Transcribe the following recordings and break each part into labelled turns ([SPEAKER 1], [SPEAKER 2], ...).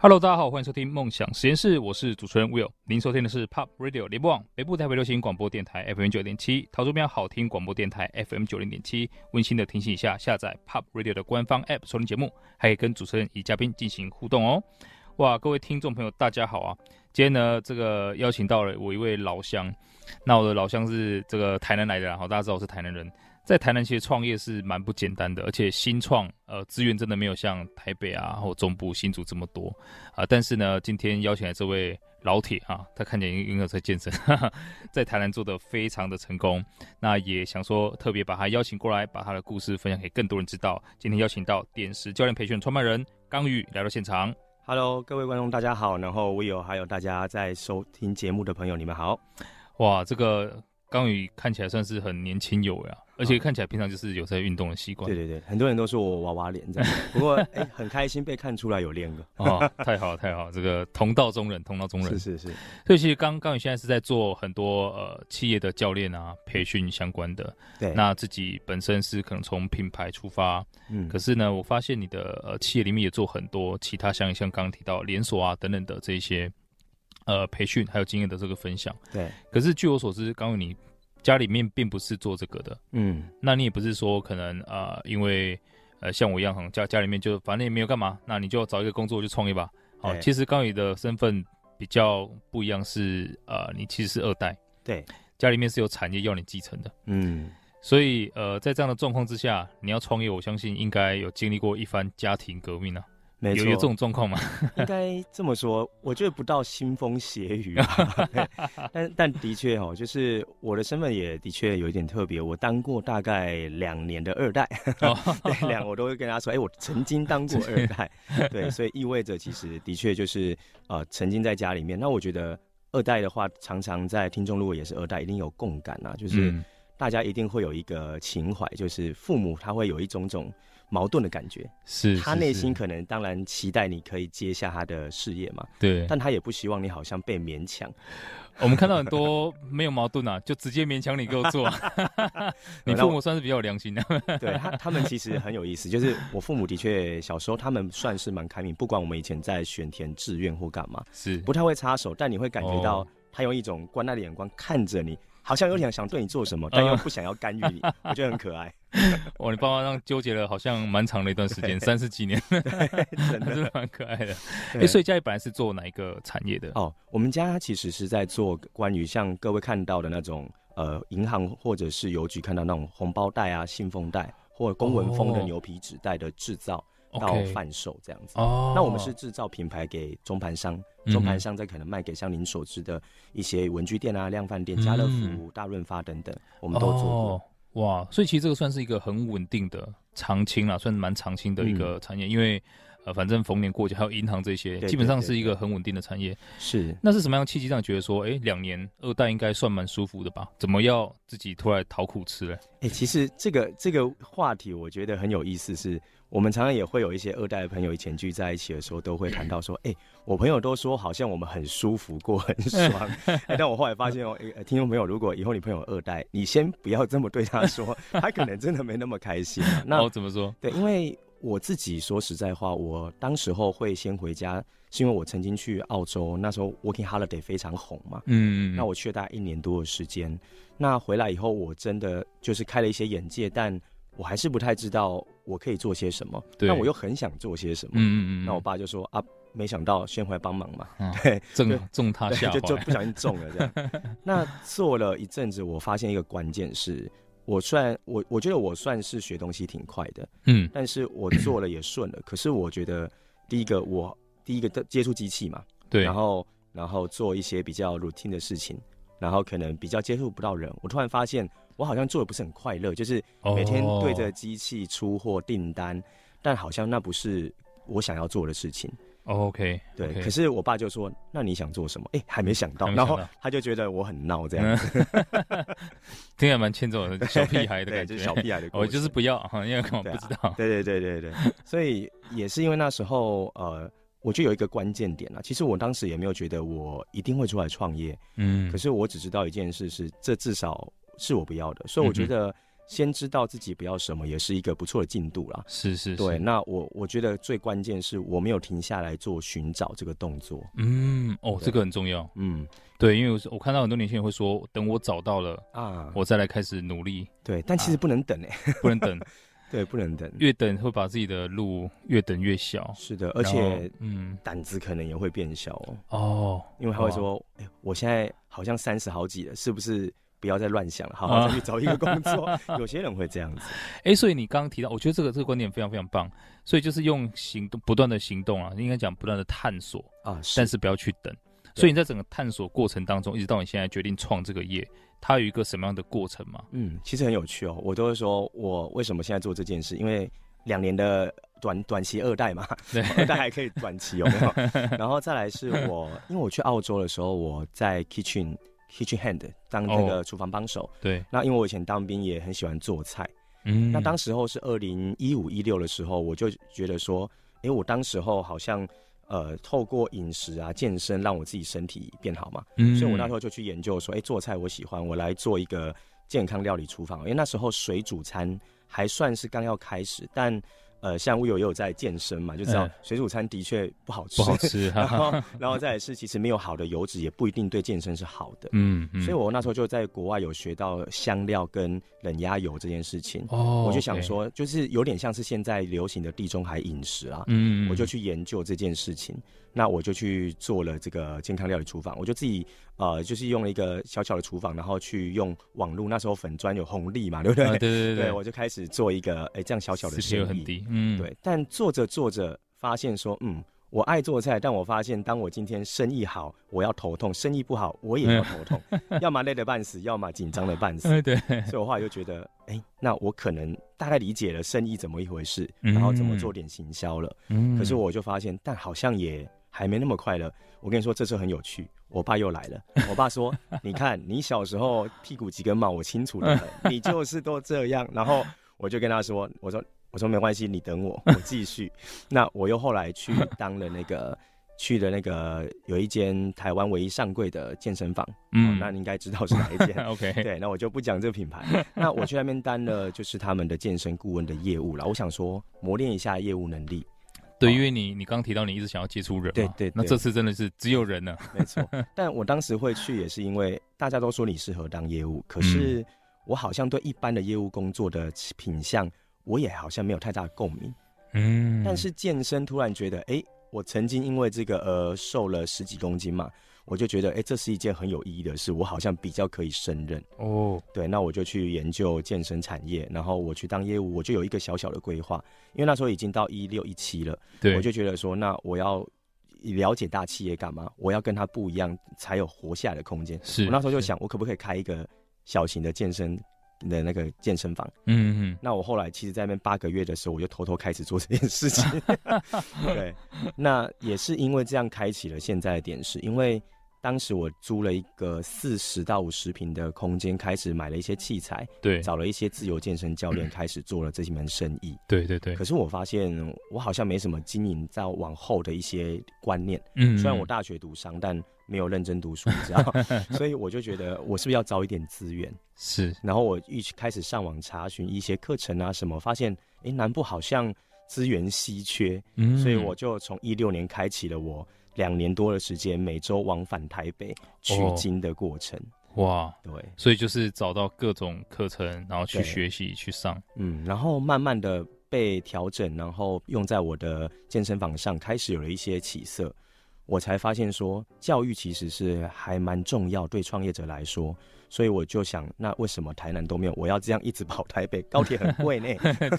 [SPEAKER 1] Hello，大家好，欢迎收听梦想实验室，我是主持人 Will。您收听的是 Pop Radio 联播网北部台北流行广播电台 FM 九点七，桃竹苗好听广播电台 FM 九零点七。温馨的提醒一下，下载 Pop Radio 的官方 App 收听节目，还可以跟主持人与嘉宾进行互动哦。哇，各位听众朋友，大家好啊！今天呢，这个邀请到了我一位老乡，那我的老乡是这个台南来的啦，然后大家知道我是台南人，在台南其实创业是蛮不简单的，而且新创呃资源真的没有像台北啊或中部新竹这么多啊、但是呢，今天邀请来这位老铁啊，他看起来应该有在健身，哈哈， 在台南做的非常的成功，那也想说特别把他邀请过来，把他的故事分享给更多人知道。今天邀请到点石教练培训创办人刚宇来到现场。
[SPEAKER 2] Hello，各位观众，大家好。然后我有还有大家在收听节目的朋友，你们好。
[SPEAKER 1] 哇，这个刚宇看起来算是很年轻有为啊，而且看起来平常就是有在运动的习惯
[SPEAKER 2] 对。对对，很多人都说我娃娃脸 这样，不过哎、很开心被看出来有练歌。
[SPEAKER 1] 哦，太好了太好了，这个同道中人，同道中人。
[SPEAKER 2] 是是是，
[SPEAKER 1] 所以其实刚刚宇现在是在做很多呃企业的教练啊，培训相关的。
[SPEAKER 2] 嗯对。
[SPEAKER 1] 那自己本身是可能从品牌出发，
[SPEAKER 2] 嗯
[SPEAKER 1] 可是呢，我发现你的呃企业里面也做很多其他像像刚刚提到连锁啊等等的这一些呃培训还有经验的这个分享。
[SPEAKER 2] 对，
[SPEAKER 1] 可是据我所知，刚宇你家里面并不是做这个的。
[SPEAKER 2] 嗯
[SPEAKER 1] 那你也不是说可能呃，因为呃像我一样，可能家家里面就反正也没有干嘛，那你就找一个工作就创业吧。好、
[SPEAKER 2] 对
[SPEAKER 1] 其实高宇的身份比较不一样是，呃，你其实是二代，
[SPEAKER 2] 对，
[SPEAKER 1] 家里面是有产业要你继承的，
[SPEAKER 2] 嗯
[SPEAKER 1] 所以呃，在这样的状况之下，你要创业，我相信应该有经历过一番家庭革命啊，
[SPEAKER 2] 没
[SPEAKER 1] 有
[SPEAKER 2] 错。
[SPEAKER 1] 有这种状况吗？
[SPEAKER 2] 应该这么说，我觉得不到腥风血雨 吧，对但但的确哦，就是我的身份也的确有一点特别，我当过大概两年的二代， 对，两我都会跟大家说，哎、我曾经当过二代，对，所以意味着其实的确就是呃，曾经在家里面，那我觉得二代的话，常常在听众如果也是二代，一定有共感啊，就是
[SPEAKER 1] 嗯
[SPEAKER 2] 大家一定会有一个情怀，就是父母他会有一种种矛盾的感觉，
[SPEAKER 1] 是
[SPEAKER 2] 他
[SPEAKER 1] 是
[SPEAKER 2] 内
[SPEAKER 1] 是
[SPEAKER 2] 心可能当然期待你可以接下他的事业嘛，
[SPEAKER 1] 对，
[SPEAKER 2] 但他也不希望你好像被勉强。
[SPEAKER 1] 我们看到很多没有矛盾啊，就直接勉强你给我做、啊，你
[SPEAKER 2] 那
[SPEAKER 1] 父
[SPEAKER 2] 我
[SPEAKER 1] 母算是比较有良心的、
[SPEAKER 2] 对他，他们其实很有意思，就是我父母的确小时候他们算是蛮开明，不管我们以前在选填志愿或干嘛，
[SPEAKER 1] 是
[SPEAKER 2] 不太会插手，但你会感觉到
[SPEAKER 1] 哦
[SPEAKER 2] 他用一种关爱的眼光看着你，好像有点想对你做什么，但又不想要干预 你，我觉得很可爱，
[SPEAKER 1] 哇，你爸妈让纠结了，好像蛮长的一段时间，三十几年，
[SPEAKER 2] 真
[SPEAKER 1] 真
[SPEAKER 2] 的。
[SPEAKER 1] 的蛮可爱的。哎、
[SPEAKER 2] 对
[SPEAKER 1] 所以家里本来是做哪一个产业的？
[SPEAKER 2] 哦，我们家其实是在做关于像各位看到的那种呃，银行或者是邮局看到那种红包袋啊、信封袋或公文封的
[SPEAKER 1] 哦
[SPEAKER 2] 牛皮纸袋的制造
[SPEAKER 1] OK
[SPEAKER 2] 到贩售这样子。
[SPEAKER 1] 哦
[SPEAKER 2] 那我们是制造品牌给中盘商，
[SPEAKER 1] 嗯
[SPEAKER 2] 中盘商再可能卖给像您所知的一些文具店啊、量贩店、家乐
[SPEAKER 1] 嗯
[SPEAKER 2] 福、大润发等等，我
[SPEAKER 1] 我
[SPEAKER 2] 们都做
[SPEAKER 1] 哦
[SPEAKER 2] 过。
[SPEAKER 1] 哇，所以其实这个算是一个很稳定的长青啦，算是蛮长青的一个产业，因为呃，反正逢年过节还有银行这些，
[SPEAKER 2] 嗯对
[SPEAKER 1] 基本上
[SPEAKER 2] 对对
[SPEAKER 1] 是一个很稳定的产业。
[SPEAKER 2] 是，
[SPEAKER 1] 那是什么样的契机让你觉得说，哎、两年二代应该算蛮舒服的吧？怎么要自己出来讨苦吃嘞？
[SPEAKER 2] 哎、其实这个这个话题我觉得很有意思是，我们常常也会有一些二代的朋友以前聚在一起的时候，都会谈到说，哎、我朋友都说好像我们很舒服过，很爽。哎但我后来发现哦、诶呃听众朋友，如果以后你朋友有二代，你先不要这么对他说，他可能真的没那么开心、啊。那
[SPEAKER 1] 哦，怎么说？
[SPEAKER 2] 对，因为我自己说实在话，我当时候会先回家，是因为我曾经去澳洲，那时候 Working Holiday 非常红嘛。
[SPEAKER 1] 嗯，
[SPEAKER 2] 那我去了大概一年多的时间。那回来以后，我真的就是开了一些眼界，但我还是不太知道我可以做些什么。
[SPEAKER 1] 对
[SPEAKER 2] 但我又很想做些什么。
[SPEAKER 1] 嗯嗯嗯，
[SPEAKER 2] 那我爸就说啊，没想到先回来帮忙嘛，
[SPEAKER 1] 啊
[SPEAKER 2] 对对
[SPEAKER 1] 中中他
[SPEAKER 2] 对，
[SPEAKER 1] 下
[SPEAKER 2] 就就
[SPEAKER 1] 怀，
[SPEAKER 2] 不小心中了这 样。那做了一阵子，我发现一个关键是。我算我我觉得我算是学东西挺快的，
[SPEAKER 1] 嗯，
[SPEAKER 2] 但是我做了也顺了。可是我觉得，第一个我第一个的接触机器嘛，
[SPEAKER 1] 对，
[SPEAKER 2] 然后然后做一些比较 routine 的事情，然后可能比较接触不到人。我突然发现，我好像做的不是很快乐，就是
[SPEAKER 1] 哦
[SPEAKER 2] 每天对着机器出货订单，但好像那不是我想要做的事情。
[SPEAKER 1] 哦 OK，
[SPEAKER 2] 对
[SPEAKER 1] OK
[SPEAKER 2] 可是我爸就说：“那你想做什么？”哎，还没想到，
[SPEAKER 1] 还没
[SPEAKER 2] 然
[SPEAKER 1] 想
[SPEAKER 2] 后
[SPEAKER 1] 到
[SPEAKER 2] 他就觉得我很闹 这样子，
[SPEAKER 1] 听起来蛮欠揍的，小屁孩的
[SPEAKER 2] 对，
[SPEAKER 1] 感
[SPEAKER 2] 就
[SPEAKER 1] 觉。哦
[SPEAKER 2] 是小屁孩的过程。
[SPEAKER 1] 我就是不要，因为我
[SPEAKER 2] 对
[SPEAKER 1] 不
[SPEAKER 2] 啊
[SPEAKER 1] 知道。
[SPEAKER 2] 对对对对对，所以也是因为那时候呃，我就有一个关键点啊了。其实我当时也没有觉得我一定会出来创业，
[SPEAKER 1] 嗯，
[SPEAKER 2] 可是我只知道一件事是，这至少是我不要的，
[SPEAKER 1] 嗯
[SPEAKER 2] 所以我觉得先知道自己不要什么，也是一个不错的进度啦。
[SPEAKER 1] 是是是，
[SPEAKER 2] 对，，那我我觉得最关键是我没有停下来做寻找这个动作。
[SPEAKER 1] 嗯，哦，
[SPEAKER 2] 对
[SPEAKER 1] 这个很重要，
[SPEAKER 2] 嗯
[SPEAKER 1] 对，因为我是我看到很多年轻人会说，等我找到了，
[SPEAKER 2] 啊，
[SPEAKER 1] 我再来开始努力，
[SPEAKER 2] 对，但其实不能等哎、
[SPEAKER 1] 不能等，
[SPEAKER 2] 对，不能等。
[SPEAKER 1] 越等会把自己的路越等越小，
[SPEAKER 2] 是的，而
[SPEAKER 1] 然
[SPEAKER 2] 且
[SPEAKER 1] 后嗯，
[SPEAKER 2] 胆子可能也会变小哦，
[SPEAKER 1] 哦，
[SPEAKER 2] 因为他会
[SPEAKER 1] 哇，
[SPEAKER 2] 说，哎、我现在好像三十好几了，是不是？不要再乱想了，好
[SPEAKER 1] 哦
[SPEAKER 2] 好再去找一个工作。 有些人会这样子，
[SPEAKER 1] 哎，所以你刚刚提到，我觉得这个这个观点非常非常棒，所以就是用行动不断的行动啊，应该讲不断的探索，
[SPEAKER 2] 啊，是
[SPEAKER 1] 但是不要去等。所以你在整个探索过程当中，一直到你现在决定创这个业，它有一个什么样的过程 吗？
[SPEAKER 2] 嗯，其实很有趣哦。我都会说，我为什么现在做这件事？因为两年的短短期二代嘛，
[SPEAKER 1] 对
[SPEAKER 2] 二代还可以短期有没有？ 然后再来是我，因为我去澳洲的时候，我在 kitchen kitchen hand 当那
[SPEAKER 1] 哦
[SPEAKER 2] 个厨房帮手。
[SPEAKER 1] 对，
[SPEAKER 2] 那因为我以前当兵也很喜欢做菜，
[SPEAKER 1] 嗯，
[SPEAKER 2] 那当时候是二零一五一六的时候，我就觉得说，诶，我当时候好像呃透过饮食啊健身让我自己身体变好嘛，
[SPEAKER 1] 嗯，
[SPEAKER 2] 所以我那时候就去研究说，哎、做菜我喜欢，我来做一个健康料理厨房。因哎为那时候水煮餐还算是刚要开始，但呃，像我有也有在健身嘛，就知道
[SPEAKER 1] 嗯
[SPEAKER 2] 水煮餐的确不好吃，
[SPEAKER 1] 不好吃，哈
[SPEAKER 2] 然
[SPEAKER 1] 哈，
[SPEAKER 2] 后然后再来是其实没有好的油脂，也不一定对健身是好的。
[SPEAKER 1] 嗯，嗯
[SPEAKER 2] 所以我那时候就在国外有学到香料跟冷压油这件事情，
[SPEAKER 1] 哦，
[SPEAKER 2] 我就想
[SPEAKER 1] OK，
[SPEAKER 2] 说，就是有点像是现在流行的地中海饮食啊，
[SPEAKER 1] 嗯，嗯
[SPEAKER 2] 我就
[SPEAKER 1] 嗯
[SPEAKER 2] 去研究这件事情，那我就去做了这个健康料理厨房，我就自己呃，就是用了一个小小的厨房，然后去用网络，那时候粉砖有红利嘛，对不对？
[SPEAKER 1] 啊，对对
[SPEAKER 2] 对
[SPEAKER 1] 对，
[SPEAKER 2] 我就开始做一个哎、这样小小的
[SPEAKER 1] CPO
[SPEAKER 2] 生
[SPEAKER 1] 很
[SPEAKER 2] 意，
[SPEAKER 1] 低，嗯，
[SPEAKER 2] 对。但做着做着发现说，嗯，我爱做菜，但我发现当我今天生意好，我要头痛；生意不好，我也要头痛，要么累得半死，要么紧张的半死。
[SPEAKER 1] 嗯 嗯，对，
[SPEAKER 2] 所以我后来就觉得，哎、那我可能大概理解了生意怎么一回事，
[SPEAKER 1] 嗯
[SPEAKER 2] 然后怎么做点行销了。
[SPEAKER 1] 嗯
[SPEAKER 2] 可是我就发现，但好像也还没那么快乐。我跟你说，这次很有趣，我爸又来了。我 爸说：“你看，你小时候屁股几根毛，我清楚的 很，你就是都这样。”然后我就跟他说：“我说我说没关系，你 等我，我继续。”那我又后来去当了那 个。去了那个有一间台湾唯一上柜的健身房，
[SPEAKER 1] 嗯。
[SPEAKER 2] 哦那你应该知道是哪一间
[SPEAKER 1] ，OK，
[SPEAKER 2] 对，那我就不讲这个品牌。那我去那边担了就是他们的健身顾问的业务了。我想说磨练一下业务能力，
[SPEAKER 1] 对，因为你你刚提到你一直想要接触人嘛，
[SPEAKER 2] 哦对对
[SPEAKER 1] 那
[SPEAKER 2] 对
[SPEAKER 1] 这次真的是只有人 了，
[SPEAKER 2] 没错。但我当时会去也是因为大家都说你适合当业务，可是我好像对一般的业务工作的品相，我也好像没有太大的共鸣。
[SPEAKER 1] 嗯，
[SPEAKER 2] 但是健身突然觉得，哎、我曾经因为这个呃瘦了十几公斤嘛，我就觉得，哎、这是一件很有意义的事，我好像比较可以胜任。
[SPEAKER 1] 哦，
[SPEAKER 2] 对，那我就去研究健身产业，然后我去当业务，我就有一个小小的规划，因为那时候已经到一六一七了，
[SPEAKER 1] 对，
[SPEAKER 2] 我就觉得说，那我要了解大企业干嘛？我要跟他不一样，才有活下来的空间。
[SPEAKER 1] 是
[SPEAKER 2] 我那时候就是想，我可不可以开一个小型的健身的那个健身房？
[SPEAKER 1] 嗯嗯
[SPEAKER 2] 那我后来其实，在那边八个月的时候，我就偷偷开始做这件 事情。对，那也是因为这样开启了现在的点是，因为当时我租了一个四十到五十平的空间，开始买了一些器材，
[SPEAKER 1] 对
[SPEAKER 2] 找了一些自由健身教练，开始做了这门生意。
[SPEAKER 1] 对对对，
[SPEAKER 2] 可是我发现我好像没什么经营在往后的一些观念，
[SPEAKER 1] 嗯，
[SPEAKER 2] 虽然我
[SPEAKER 1] 嗯
[SPEAKER 2] 大学读商，但没有认真读书，你知道， 所以我就觉得我是不是要找一点资源？
[SPEAKER 1] 是
[SPEAKER 2] 然后我一起开始上网查询一些课程啊什么，发现诶南部好像资源稀缺，
[SPEAKER 1] 嗯
[SPEAKER 2] 所以我就从一六年开启了我两年多的时间每周往返台北取
[SPEAKER 1] 哦
[SPEAKER 2] 经的过程。
[SPEAKER 1] 哇，
[SPEAKER 2] 对，
[SPEAKER 1] 所以就是找到各种课程，然后去
[SPEAKER 2] 对
[SPEAKER 1] 学习去上，
[SPEAKER 2] 嗯，然后慢慢的被调整，然后用在我的健身房上，开始有了一些起色。我才发现说，教育其实是还蛮重要，对创业者来说。所以我就想，那为什么台南都没有？我要这样一直跑台北，高铁很贵呢。
[SPEAKER 1] 对对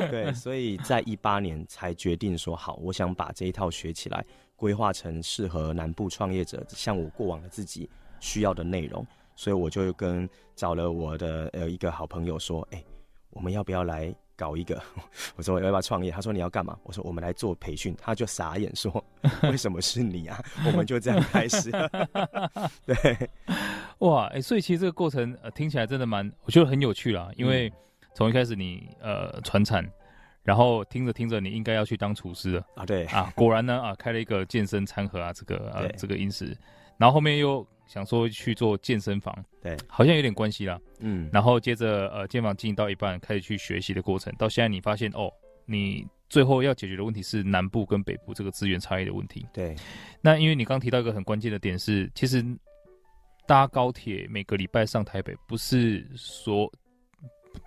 [SPEAKER 1] 对，
[SPEAKER 2] 对，所以在一八年才决定说好，我想把这一套学起来，规划成适合南部创业者，像我过往的自己需要的内容。所以我就跟找了我的呃一个好朋友说，哎、我们要不要来搞一个？ 我说我要不要创业？他说你要干嘛？我说我们来做培训。他就傻眼说， 为什么是你啊？我们就这样开始。 对，
[SPEAKER 1] 哇，哎、所以其实这个过
[SPEAKER 2] 嗯
[SPEAKER 1] 程呃听起来真的蛮，我觉得很有趣啦，因为从一开始你呃传产，然后听着听着，你应该要去当厨 师了
[SPEAKER 2] 啊，对，
[SPEAKER 1] 啊，果然呢啊，开了一个健身餐盒啊，这个呃、
[SPEAKER 2] 对
[SPEAKER 1] 这个饮食，然后后面又想说去做健身房，
[SPEAKER 2] 对，
[SPEAKER 1] 好像有点关系啦。
[SPEAKER 2] 嗯，
[SPEAKER 1] 然后接着呃，健身房经营到一半，开始去学习的过程，到现在你发现哦，你最后要解决的问题是南部跟北部这个资源差异的问题。
[SPEAKER 2] 对，
[SPEAKER 1] 那因为你刚提到一个很关键的点是，其实搭高铁每个礼拜上台北，不是所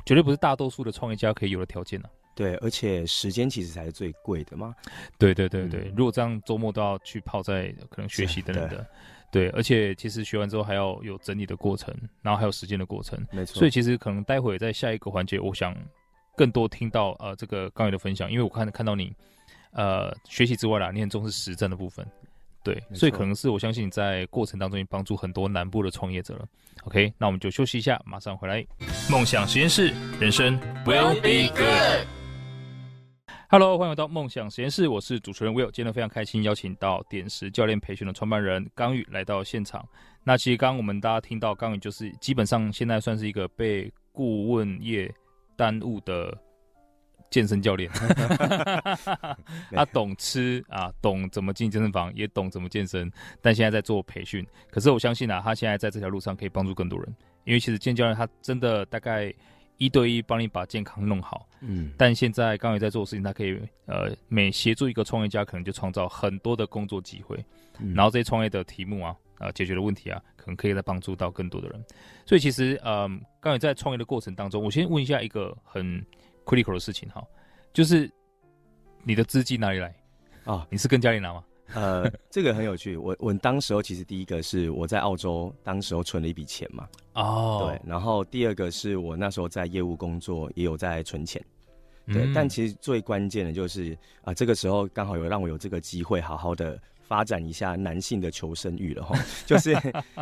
[SPEAKER 1] 绝对不是大多数的创业家可以有的条件啊。
[SPEAKER 2] 对，而且时间其实才是最贵的嘛，
[SPEAKER 1] 对对对对，
[SPEAKER 2] 嗯
[SPEAKER 1] 如果这样周末都要去泡在可能学习等等的，对，而且其实学完之后还要有整理的过程，然后还有实践的过程，
[SPEAKER 2] 没错，
[SPEAKER 1] 所以其实可能待会在下一个环节，我想更多听到呃这个刚才的分享，因为我看看到你呃学习之外啦，你很重视实战的部分，对，
[SPEAKER 2] 没错
[SPEAKER 1] 所以可能是我相信你在过程当中也帮助很多南部的创业者了。OK，那我们就休息一下，马上回来。梦想实验室，人生 will be good。Hello，欢迎回到梦想实验室，我是主持人 Will。今天非常开心邀请到点石教练培训的创办人刚宇来到现场。那其实刚刚我们大家听到刚宇就是基本上现在算是一个被顾问业耽误的健身 教练，他懂吃啊，懂怎么进健身房，也懂怎么健身，但现在在做培训。可是我相信啊，他现在在这条路上可以帮助更多人，因为其实健身教练他真的大概一对一帮你把健康弄好。
[SPEAKER 2] 嗯，
[SPEAKER 1] 但现在刚才在做的事情，他可以呃每协助一个创业家，可能就创造很多的工作机会，
[SPEAKER 2] 嗯
[SPEAKER 1] 然后这些创业的题目啊，呃解决的问题啊，可能可以再帮助到更多的人。所以其实呃，刚才在创业的过程当中，我先问一下一个很 critical 的事情哈，就是你的资金哪里来？
[SPEAKER 2] 啊，
[SPEAKER 1] 你是跟家里拿吗？
[SPEAKER 2] 呃，这个很有趣。我我当时候其实第一个是我在澳洲，当时候存了一笔钱嘛，
[SPEAKER 1] 哦
[SPEAKER 2] 对。然后第二个是我那时候在业务工作，也有在存钱，对。
[SPEAKER 1] 嗯
[SPEAKER 2] 但其实最关键的就是啊、这个时候刚好有让我有这个机会，好好的发展一下男性的求生欲了哈。就是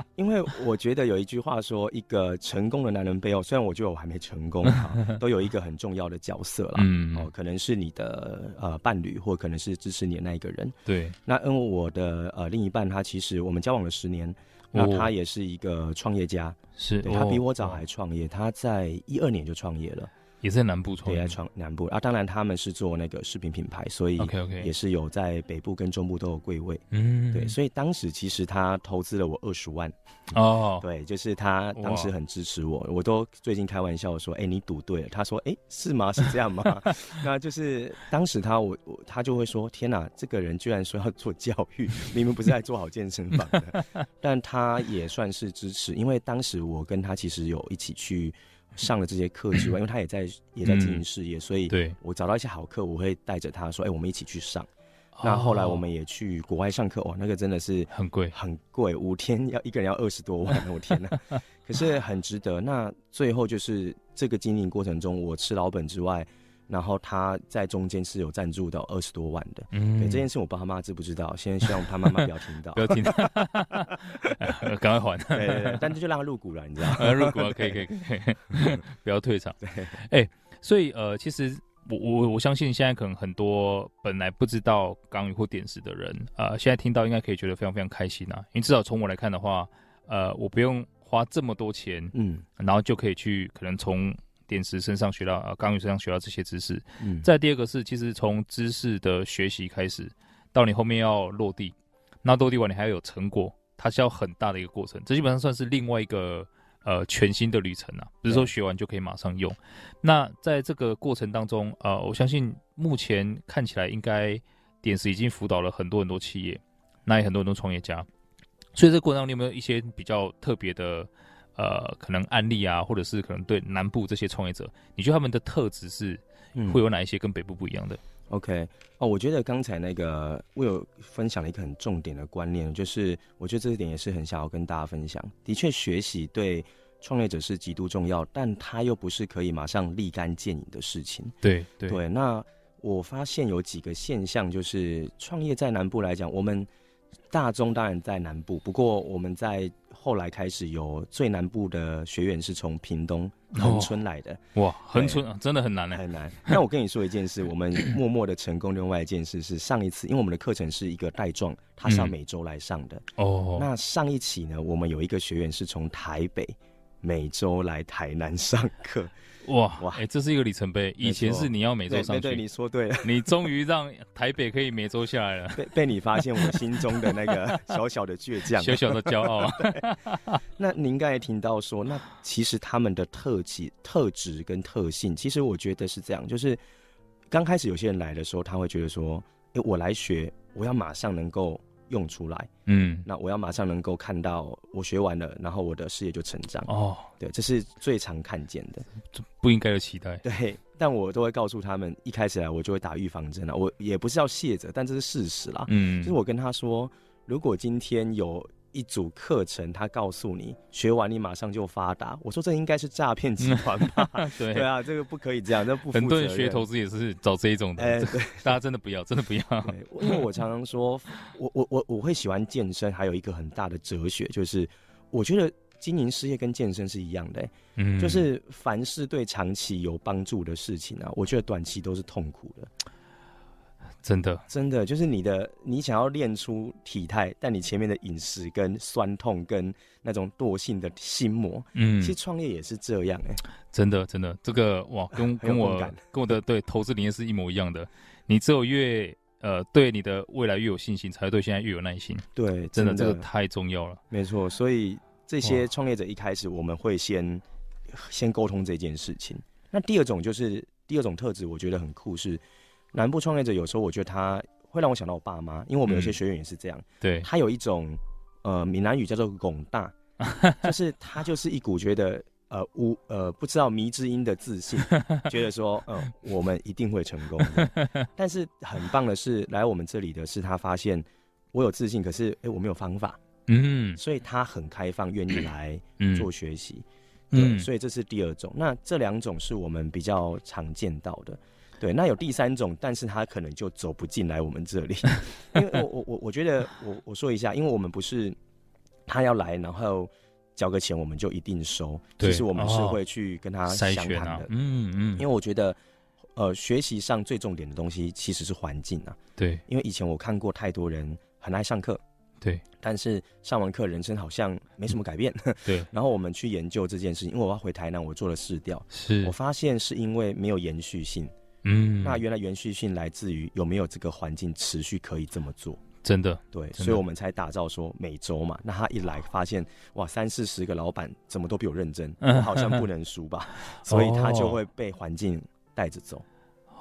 [SPEAKER 2] 因为我觉得有一句话说，一个成功的男人背后，虽然我觉得我还没成功 啊，都有一个很重要的角色啦。
[SPEAKER 1] 嗯
[SPEAKER 2] 哦，可能是你的呃伴侣，或可能是支持你的那一个人。
[SPEAKER 1] 对
[SPEAKER 2] 那因为我的呃另一半，他其实我们交往了十年，那
[SPEAKER 1] 哦
[SPEAKER 2] 他也是一个创业家，
[SPEAKER 1] 是，
[SPEAKER 2] 对他比我早
[SPEAKER 1] 哦
[SPEAKER 2] 还创业，他在一二年就创业了，
[SPEAKER 1] 也是在南部创
[SPEAKER 2] 对，
[SPEAKER 1] 业
[SPEAKER 2] 在创南部啊，当然他们是做那个饰品品牌，所以
[SPEAKER 1] OK OK，
[SPEAKER 2] 也是有在北部跟中部都有贵位，
[SPEAKER 1] 嗯
[SPEAKER 2] 对，所以当时其实他投资了我二十万，
[SPEAKER 1] 哦
[SPEAKER 2] 对，就是他当时
[SPEAKER 1] 哇
[SPEAKER 2] 很支持我，我都最近开玩笑说，哎、你赌对了。他说，哎、是吗？是这样吗？ 那就是当时他我我他就会说，天哪、这个人居然说要做教育，明明不是在做好健身房的， 但他也算是支持，因为当时我跟他其实有一起去上了这些课 之外，因为他也在也在经营事业，所以
[SPEAKER 1] 嗯对，
[SPEAKER 2] 我找到一些好课，我会带着他说，哎、我们一起去上。那后来我们
[SPEAKER 1] 哦
[SPEAKER 2] 也去国外上课，哦，那个真的是
[SPEAKER 1] 很贵，
[SPEAKER 2] 很贵，五天要一个人要二十多万，哦我天哪！可是很值得。那最后就是这个经营过程中，我吃老本之外，然后他在中间是有赞助到二十多万的。
[SPEAKER 1] 嗯，
[SPEAKER 2] 对这件事，我爸妈知不知道？现在希望他妈妈不要听 到
[SPEAKER 1] 不。要 听，哎赶快还。
[SPEAKER 2] 对对对，但这就让他入股了，你知道？
[SPEAKER 1] 呃，入股啊可以 可以可以，不要退场。哎、所以呃，其实我我我相信现在可能很多本来不知道港语或点石的人，呃，现在听到应该可以觉得非常非常开心啊，因为至少从我来看的话，呃，我不用花这么多钱，
[SPEAKER 2] 嗯
[SPEAKER 1] 然后就可以去可能从点石身上学到呃港语身上学到这些知识。
[SPEAKER 2] 嗯，
[SPEAKER 1] 再第二个是，其实从知识的学习开始，到你后面要落地，那落地完你还要有成果，它是要很大的一个过程。这基本上算是另外一个呃全新的旅程啊，不是说学完就可以马上用。那在这个过程当中，呃，我相信目前看起来应该点石已经辅导了很多很多企业，那也很多很多创业家。所以这个过程当中，你有没有一些比较特别的？呃，可能案例啊，或者是可能对南部这些创业者，你觉得他们的特质是
[SPEAKER 2] 嗯
[SPEAKER 1] 会有哪一些跟北部不一样的？
[SPEAKER 2] OK，哦，我觉得刚才那个我有分享了一个很重点的观念，就是我觉得这一点也是很想要跟大家分享。的确，学习对创业者是极度重要，但它又不是可以马上立竿见影的事情。
[SPEAKER 1] 对对
[SPEAKER 2] 对，那我发现有几个现象，就是创业在南部来讲，我们大中当然在南部，不过我们在后来开始有最南部的学员是从屏东恒春来的，
[SPEAKER 1] 哇，横村啊，真的 很难呢。
[SPEAKER 2] 很难。 那我跟你说一件事，我们默默的成功。另外一件事是上一次，因为我们的课程是一个带状，它是要
[SPEAKER 1] 嗯
[SPEAKER 2] 每周来上的。
[SPEAKER 1] 哦，
[SPEAKER 2] 那上一期呢，我们有一个学员是从台北每周来台南上课，
[SPEAKER 1] 哇
[SPEAKER 2] 哇
[SPEAKER 1] 哎、这是一个里程碑。以前是你要每周
[SPEAKER 2] 对
[SPEAKER 1] 上
[SPEAKER 2] 对对，
[SPEAKER 1] 去
[SPEAKER 2] 你，说对了，
[SPEAKER 1] 你终于让台北可以每周下 来了，
[SPEAKER 2] 被被你发现我心中的那个 小小的倔强。
[SPEAKER 1] 小小的骄 傲。啊
[SPEAKER 2] 那您刚才听到说，那其实他们的特质、特质跟特性，其实我觉得是这样，就是刚开始有些人来的时候，他会觉得说，诶，我来学，我要马上能够用出来，
[SPEAKER 1] 嗯，
[SPEAKER 2] 那我要马上能够看到我学完了，然后我的事业就成长。
[SPEAKER 1] 哦，
[SPEAKER 2] 对，这是最常看见的。
[SPEAKER 1] 不应该有期待。
[SPEAKER 2] 对，但我都会告诉他们，一开始来我就会打预防针了，啊我也不是要卸责，但这是事实啦。
[SPEAKER 1] 嗯，
[SPEAKER 2] 就是我跟他说，如果今天有一组课程，他告诉你学完你马上就发达，我说这应该是诈骗集团吧？
[SPEAKER 1] 对
[SPEAKER 2] 对啊，这个不可以这样，这不负责
[SPEAKER 1] 很
[SPEAKER 2] 任。
[SPEAKER 1] 多人学投资也是找这一种的，
[SPEAKER 2] 哎
[SPEAKER 1] 这大家真的不要，真的不要。
[SPEAKER 2] 对，因为我常常说，我我我我会喜欢健身，还有一个很大的哲学就是，我觉得经营事业跟健身是一样的、欸
[SPEAKER 1] 嗯，
[SPEAKER 2] 就是凡是对长期有帮助的事情啊，我觉得短期都是痛苦的。
[SPEAKER 1] 真的，
[SPEAKER 2] 真的就是你的，你想要练出体态，但你前面的饮食跟酸痛跟那种惰性的心魔，
[SPEAKER 1] 嗯
[SPEAKER 2] 其，实创业也是这样哎、
[SPEAKER 1] 真的，真的，这个 哇，跟
[SPEAKER 2] 很有
[SPEAKER 1] 跟我
[SPEAKER 2] 共感
[SPEAKER 1] 跟我的对投资理念是一模一样的。你只有越呃对你的未来越有信心，才会对现在越有耐心。
[SPEAKER 2] 对，
[SPEAKER 1] 真
[SPEAKER 2] 真
[SPEAKER 1] 的，这个太重要了。
[SPEAKER 2] 没错。所以这些
[SPEAKER 1] 哇
[SPEAKER 2] 创业者一开始我们会先先沟通这件事情。那第二种就是第二种特质，我觉得很酷是南部创业者，有时候我觉得他会让我想到我爸妈，因为我们有些
[SPEAKER 1] 嗯
[SPEAKER 2] 学员也是这样，
[SPEAKER 1] 对，
[SPEAKER 2] 他有一种呃闽南语叫做“拱大”，就是他就是一股觉得呃无呃不知道迷之音的自信，觉得说呃我们一定会成功的。但是很棒的是，来我们这里的是他发现我有自信，可是哎、诶我没有方法，
[SPEAKER 1] 嗯
[SPEAKER 2] 所以他很开放，愿意来
[SPEAKER 1] 嗯，
[SPEAKER 2] 做学习。对，
[SPEAKER 1] 嗯，
[SPEAKER 2] 所以这是第二种。那这两种是我们比较常见到的。对，那有第三种，但是他可能就走不进来我们这 里，因为我我我我觉得我我说一下，因为我们不是他要来，然后交个钱我们就一定收，
[SPEAKER 1] 对
[SPEAKER 2] 其实我们是
[SPEAKER 1] 哦
[SPEAKER 2] 会去跟他
[SPEAKER 1] 筛
[SPEAKER 2] 详
[SPEAKER 1] 选
[SPEAKER 2] 谈
[SPEAKER 1] 啊
[SPEAKER 2] 的，，
[SPEAKER 1] 嗯嗯，
[SPEAKER 2] 因为我觉得呃学习上最重点的东西其实是环境啊，
[SPEAKER 1] 对
[SPEAKER 2] 因为以前我看过太多人很爱上课，
[SPEAKER 1] 对
[SPEAKER 2] 但是上完课人生好像没什么改变，
[SPEAKER 1] 对
[SPEAKER 2] 然后我们去研究这件事情，因为我要回台南，我做了试调，
[SPEAKER 1] 是
[SPEAKER 2] 我，发现是因为没有延续性。
[SPEAKER 1] 嗯，
[SPEAKER 2] 那原来延续性来自于有没有这个环境持续可以这么做。
[SPEAKER 1] 真的
[SPEAKER 2] 对，
[SPEAKER 1] 的
[SPEAKER 2] 所以我们才打造说每周嘛。那他一来发现，哇，三四十个老板怎么都比我认 真，我好像不能输吧，所以他就会被环境带着走。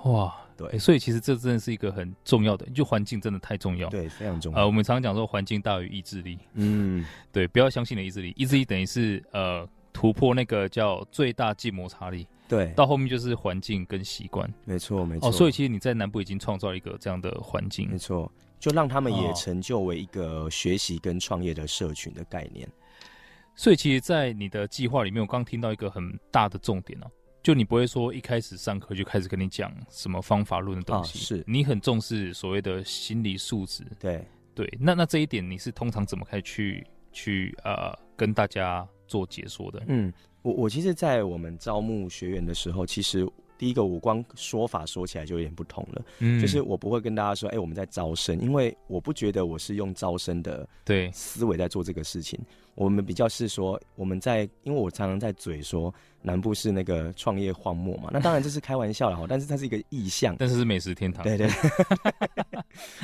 [SPEAKER 1] 哇，
[SPEAKER 2] 对
[SPEAKER 1] 诶所以其实这真的是一个很重要的，就环境真的太重要。，
[SPEAKER 2] 对，非常重要。
[SPEAKER 1] 呃，我们常讲说环境大于意志力，
[SPEAKER 2] 嗯，
[SPEAKER 1] 对，不要相信你的意志力，意志力等于是呃突破那个叫最大静摩擦力，
[SPEAKER 2] 对，
[SPEAKER 1] 到后面就是环境跟习惯
[SPEAKER 2] 没错，没错。
[SPEAKER 1] 哦，所以其实你在南部已经创造了一个这样的环
[SPEAKER 2] 没
[SPEAKER 1] 境，
[SPEAKER 2] 错，就让他们也
[SPEAKER 1] 哦
[SPEAKER 2] 成就为一个学习跟创业的社群的概念。
[SPEAKER 1] 所以其实，在你的计划里面，我刚听到一个很大的重点哦、就你不会说一开始上课就开始跟你讲什么方法论的东西，
[SPEAKER 2] 啊是
[SPEAKER 1] 你很重视所谓的心理素质，
[SPEAKER 2] 对，
[SPEAKER 1] 对，那那这一点你是通常怎么开始去去呃跟大家做解说的？
[SPEAKER 2] 嗯，我我其实，在我们招募学员的时候，其实第一个我光说法说起来就有点不同了，
[SPEAKER 1] 嗯
[SPEAKER 2] 就是我不会跟大家说，哎、我们在招生，因为我不觉得我是用招生的
[SPEAKER 1] 对，
[SPEAKER 2] 思维在做这个事情，我们比较是说我们在，因为我常常在嘴说南部是那个创业荒漠嘛，那当然这是开玩笑啦，但是它是一个意向。
[SPEAKER 1] 但是是美食天堂，
[SPEAKER 2] 对对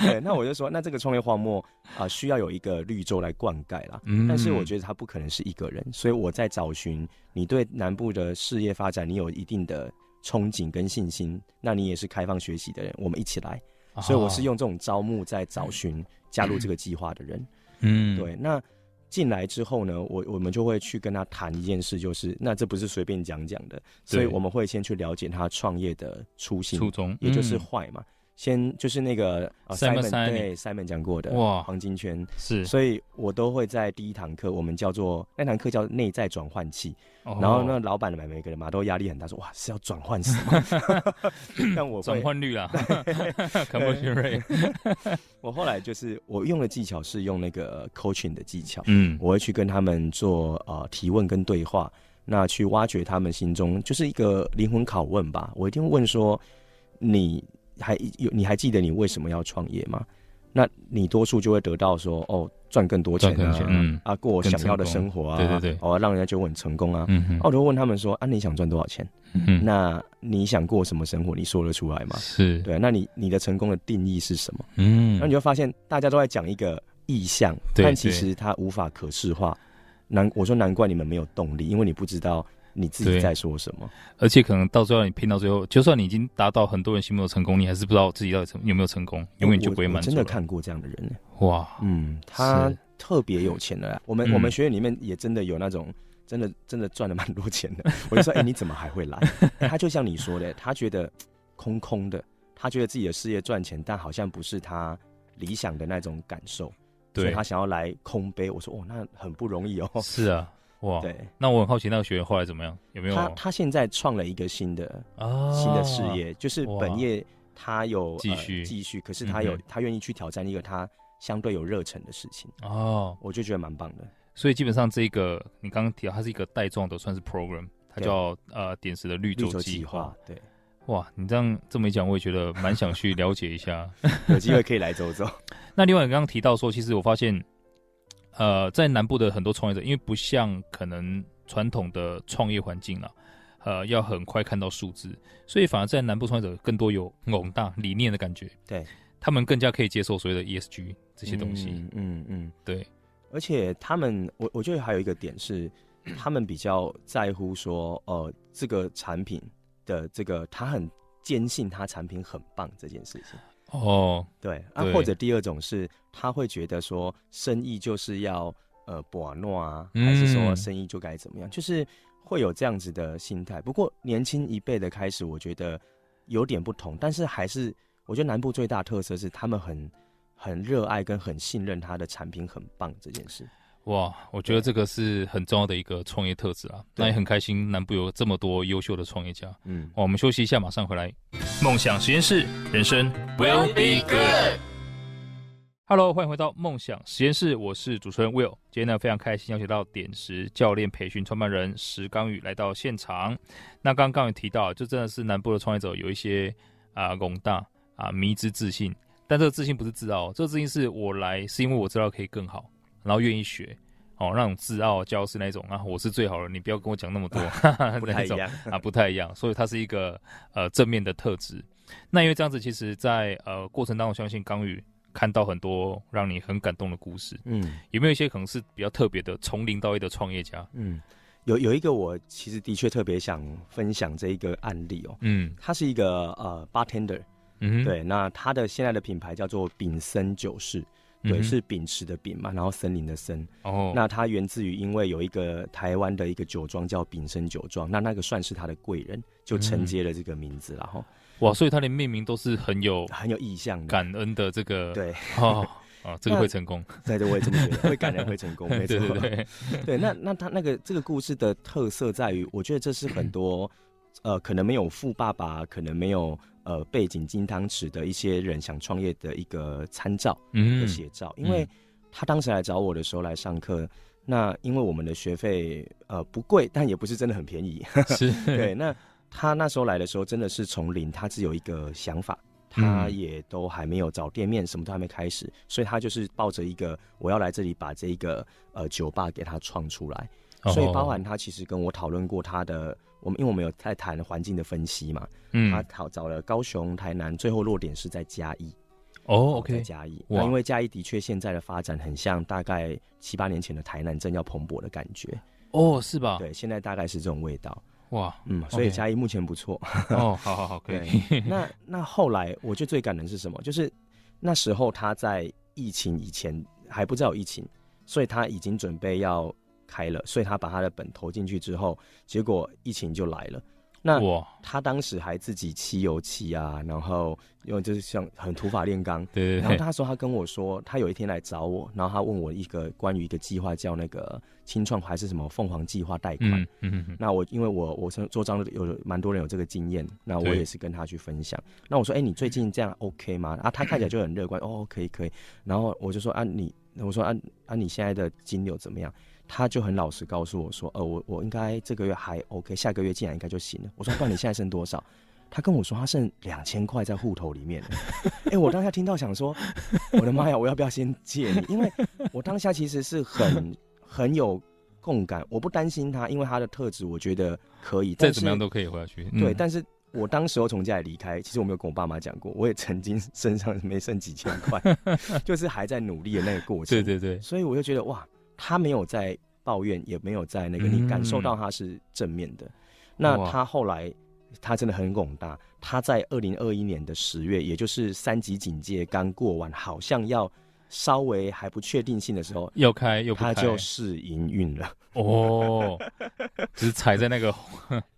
[SPEAKER 2] 对， 那我就说，那这个创业荒漠啊、需要有一个绿洲来灌溉啦。
[SPEAKER 1] 嗯
[SPEAKER 2] 但是我觉得他不可能是一个人，所以我在找寻你对南部的事业发展，你有一定的憧憬跟信心，那你也是开放学习的人，我们一起来。
[SPEAKER 1] 啊
[SPEAKER 2] 所以我是用这种招募在找寻加入这个计划的人。
[SPEAKER 1] 嗯，
[SPEAKER 2] 对，那进来之后呢，我我们就会去跟他谈一件事，就是那这不是随便讲讲的，所以
[SPEAKER 1] 对
[SPEAKER 2] 我们会先去了解他创业的初心
[SPEAKER 1] 初衷，
[SPEAKER 2] 也就是
[SPEAKER 1] 嗯
[SPEAKER 2] 坏嘛。先就是那个、呃、
[SPEAKER 1] Simon Sinek
[SPEAKER 2] 对 Simon 讲过的
[SPEAKER 1] 哇
[SPEAKER 2] 黄金圈，
[SPEAKER 1] 是，
[SPEAKER 2] 所以我都会在第一堂课，我们叫做那堂课叫内在转换器。
[SPEAKER 1] 哦
[SPEAKER 2] 然后呢，老板每每个人嘛都压力很大，说哇是要转换什么？ 但我
[SPEAKER 1] 转
[SPEAKER 2] 会，
[SPEAKER 1] 换率 啦，conversion rate，
[SPEAKER 2] 我后来就是我用的技巧是用那个呃 coaching 的技巧，
[SPEAKER 1] 嗯，
[SPEAKER 2] 我会去跟他们做呃提问跟对话，那去挖掘他们心中就是一个灵魂拷问吧。我一定会问说，你还有你还记得你为什么要创业吗？那你多数就会得到说，哦，赚更多钱
[SPEAKER 1] 赚
[SPEAKER 2] 啊
[SPEAKER 1] 更，多钱嗯
[SPEAKER 2] 啊，过我想要的生活啊，
[SPEAKER 1] 更成功对对对
[SPEAKER 2] 哦，让人家觉得我很成功啊。
[SPEAKER 1] 嗯哼
[SPEAKER 2] 那我就问他们说，啊，你想赚多少钱？
[SPEAKER 1] 嗯哼，
[SPEAKER 2] 那你想过什么生活？你说得出来吗？
[SPEAKER 1] 是，
[SPEAKER 2] 对，啊那你你的成功的定义是什么？
[SPEAKER 1] 嗯
[SPEAKER 2] 那你就发现大家都在讲一个意向，
[SPEAKER 1] 对
[SPEAKER 2] 但其实它无法可视化。难，我说难怪你们没有动力，因为你不知道你自
[SPEAKER 1] 对
[SPEAKER 2] 己在说什么。
[SPEAKER 1] 而且可能到最后你拼到最后，就算你已经达到很多人心目中的成功，你还是不知道自己到底成有没有成功，永远就
[SPEAKER 2] 我
[SPEAKER 1] 不会满
[SPEAKER 2] 哎我
[SPEAKER 1] 足
[SPEAKER 2] 真
[SPEAKER 1] 了。
[SPEAKER 2] 的看过这样的人，
[SPEAKER 1] 哇，
[SPEAKER 2] 嗯，他
[SPEAKER 1] 是
[SPEAKER 2] 特别有钱的啦。我们、
[SPEAKER 1] 嗯
[SPEAKER 2] 我们学院里面也真的有那种。真的真的赚了蛮多钱的， 我就说，哎、你怎么还会来？哎他就像你说的，他觉得空空的，他觉得自己的事业赚钱，但好像不是他理想的那种感受，所以
[SPEAKER 1] 对
[SPEAKER 2] 他，想要来空杯。我说，哦，那很不容易哦。
[SPEAKER 1] 是啊，哇，
[SPEAKER 2] 对，
[SPEAKER 1] 那我很好奇，那个学员后来怎么样？有啊没有
[SPEAKER 2] 他他现在创了一个新的
[SPEAKER 1] 啊
[SPEAKER 2] 新的事？业，就是本业他有
[SPEAKER 1] 继续
[SPEAKER 2] 呃、继续，可是他有、
[SPEAKER 1] 嗯哼
[SPEAKER 2] 他愿意去挑战一个他相对有热忱的事情，
[SPEAKER 1] 哦，
[SPEAKER 2] 我就觉得蛮棒的。
[SPEAKER 1] 所以基本上这个你刚刚提到，它是一个带状的，算是 program，它
[SPEAKER 2] 对
[SPEAKER 1] 叫呃点石的绿
[SPEAKER 2] 绿
[SPEAKER 1] 洲
[SPEAKER 2] 洲
[SPEAKER 1] 计
[SPEAKER 2] 计
[SPEAKER 1] 划
[SPEAKER 2] 划。，对，
[SPEAKER 1] 哇，你这样这么一讲，我也觉得蛮想去了解一下。
[SPEAKER 2] 有机会可以来走走。
[SPEAKER 1] 那另外你刚刚提到说，其实我发现，呃，在南部的很多创业者，因为不像可能传统的创业环境啦，呃，要很快看到数字，所以反而在南部创业者更多有宏大理念的感觉，
[SPEAKER 2] 对，
[SPEAKER 1] 他们更加可以接受所谓的 ESG 这些东西。
[SPEAKER 2] 嗯嗯嗯，
[SPEAKER 1] 对，
[SPEAKER 2] 而且他们，我我觉得还有一个点是，他们比较在乎说，呃，这个产品的这个他很坚信他产品很棒这件事情。
[SPEAKER 1] 哦，
[SPEAKER 2] 对啊，
[SPEAKER 1] 对
[SPEAKER 2] 或者第二种是，他会觉得说生意就是要呃把诺啊，
[SPEAKER 1] 嗯
[SPEAKER 2] 还是说生意就该怎么样，就是会有这样子的心态。不过年轻一辈的开始，我觉得有点不同，但是还是我觉得南部最大特色是他们很很热爱跟很信任他的产品很棒这件事。
[SPEAKER 1] 哇，我觉得这个是很重要的一个创业特质啊。
[SPEAKER 2] 对
[SPEAKER 1] 那也很开心，南部有这么多优秀的创业家。哇，
[SPEAKER 2] 嗯，
[SPEAKER 1] 哦我们休息一下，马上回来。梦想实验室，人生 will be good。Hello，欢迎回到梦想实验室，我是主持人 Will。今天呢，非常开心邀请到点石教练培训创办人石刚宇来到现场。那刚刚也提到，就真的是南部的创业者有一些啊宏、大啊迷之自信，但这个自信不是自傲，这个自信是我来是因为我知道可以更好，然后愿意学。哦，那种自傲、骄傲是那种啊，我是最好的，你不要跟我讲那么多，哈哈
[SPEAKER 2] 不
[SPEAKER 1] 那
[SPEAKER 2] 太一
[SPEAKER 1] 种
[SPEAKER 2] 样。
[SPEAKER 1] 啊，不太一样，所以它是一个呃正面的特质。那因为这样子，其实在，呃过程当中，相信刚宇看到很多让你很感动的故事，
[SPEAKER 2] 嗯
[SPEAKER 1] 有没有一些可能是比较特别的，从零到一的创业家？
[SPEAKER 2] 嗯，有有一个我其实的确特别想分享这一个案例哦，
[SPEAKER 1] 嗯
[SPEAKER 2] 他是一个呃 bartender，
[SPEAKER 1] 嗯哼，
[SPEAKER 2] 对，那它的现在的品牌叫做丙森酒室，
[SPEAKER 1] 嗯哼
[SPEAKER 2] 对，是秉持的秉嘛，然后森林的森。
[SPEAKER 1] 哦，
[SPEAKER 2] 那它源自于因为有一个台湾的一个酒庄叫丙森酒庄，那那个算是它的贵人，就
[SPEAKER 1] 嗯
[SPEAKER 2] 承接了这个名字啦，然后、
[SPEAKER 1] 哇，所以他连命名都是很有
[SPEAKER 2] 很有意向的。
[SPEAKER 1] 哦感恩的这个
[SPEAKER 2] 对，
[SPEAKER 1] 哦啊，这个
[SPEAKER 2] 那
[SPEAKER 1] 会成功，
[SPEAKER 2] 对对，我也这么觉得，会感人会 成功，没
[SPEAKER 1] 对
[SPEAKER 2] 错。
[SPEAKER 1] 对对，
[SPEAKER 2] 对，那那他那个这个故事的特色在于，我觉得这是很多呃，可能没有富爸爸，可能没有呃背景金汤匙的一些人想创业的一个参照。
[SPEAKER 1] 嗯
[SPEAKER 2] 的写照，因为
[SPEAKER 1] 嗯
[SPEAKER 2] 他当时来找我的时候来上课，那因为我们的学费呃不贵，但也不是真的很便宜。
[SPEAKER 1] 是，
[SPEAKER 2] 对，那他那时候来的时候真的是从零，他只有一个想法，他
[SPEAKER 1] 嗯
[SPEAKER 2] 也都还没有找店面，什么都还没开始，所以他就是抱着一个我要来这里把这个呃酒吧给他创出来。
[SPEAKER 1] 哦
[SPEAKER 2] 所以包含他其实跟我讨论过他的，我们因为我们有在谈环境的分析嘛，
[SPEAKER 1] 嗯
[SPEAKER 2] 他讨找了高雄、台南，最后落点是在嘉义。
[SPEAKER 1] 哦
[SPEAKER 2] 在
[SPEAKER 1] ，OK，
[SPEAKER 2] 嘉义，
[SPEAKER 1] 哇
[SPEAKER 2] 那因为嘉义的确现在的发展很像大概七八年前的台南正要蓬勃的感觉，
[SPEAKER 1] 哦，是吧？
[SPEAKER 2] 对，现在大概是这种味道，
[SPEAKER 1] 哇，
[SPEAKER 2] 嗯，所以
[SPEAKER 1] OK
[SPEAKER 2] 嘉义目前 不错。
[SPEAKER 1] 哦，好好好，可以，
[SPEAKER 2] 对，那那后来我觉得最感人是什么？就是那时候他在疫情以前还不知道有疫情，所以他已经准备要开了，所以他把他的本投进去之后，结果疫情就来了。那
[SPEAKER 1] 哇，
[SPEAKER 2] 他当时还自己漆油漆啊，然后因为就是像很土法炼钢，
[SPEAKER 1] 对
[SPEAKER 2] 然后
[SPEAKER 1] 对对，嗯
[SPEAKER 2] 那时候他跟我说，他有一天来找我，然后他问我一个关于一个计划叫那个清创还是什么凤凰计划贷款。
[SPEAKER 1] 嗯嗯嗯嗯，
[SPEAKER 2] 那我因为我我身桌上有蛮多人有这个经验，那我
[SPEAKER 1] 对
[SPEAKER 2] 也是跟他去分享。那我说，哎、你最近这样 OK 吗？啊，他看起来就很乐观，哦，可以可以。然后我就说，啊，你我说啊啊，你现在的金流怎么样？他就很老实告诉我说，呃，我我应该这个月还 OK，下个月进来应该就行了。我说，不然你现在剩多少？他跟我说他剩两千块在户头里面。 哎、我当下听到想说， 我的妈呀，我要不要先借你？因为我当下其实是 很很有共感，我不担心他，因为他的特质我觉得可以。
[SPEAKER 1] 再
[SPEAKER 2] 但
[SPEAKER 1] 怎么
[SPEAKER 2] 是
[SPEAKER 1] 样都可以活下去。
[SPEAKER 2] 对，
[SPEAKER 1] 嗯
[SPEAKER 2] 但是我当时候从家里离开，其实我没有跟我爸妈讲过，我也曾经身上没剩几千块， 就是还在努力的那个过
[SPEAKER 1] 对
[SPEAKER 2] 程。
[SPEAKER 1] 对对，
[SPEAKER 2] 所以我就觉得哇，他没有在抱怨，也没有在那个，你感受到他是正面
[SPEAKER 1] 嗯
[SPEAKER 2] 的。那他后来他真的很广大，他在二零二一年的十月，也就是三级警戒刚过完，好像要稍微还不确定性的时候，
[SPEAKER 1] 要开又不
[SPEAKER 2] 他
[SPEAKER 1] 开，
[SPEAKER 2] 就试营 运了。
[SPEAKER 1] 哦，只是踩在那个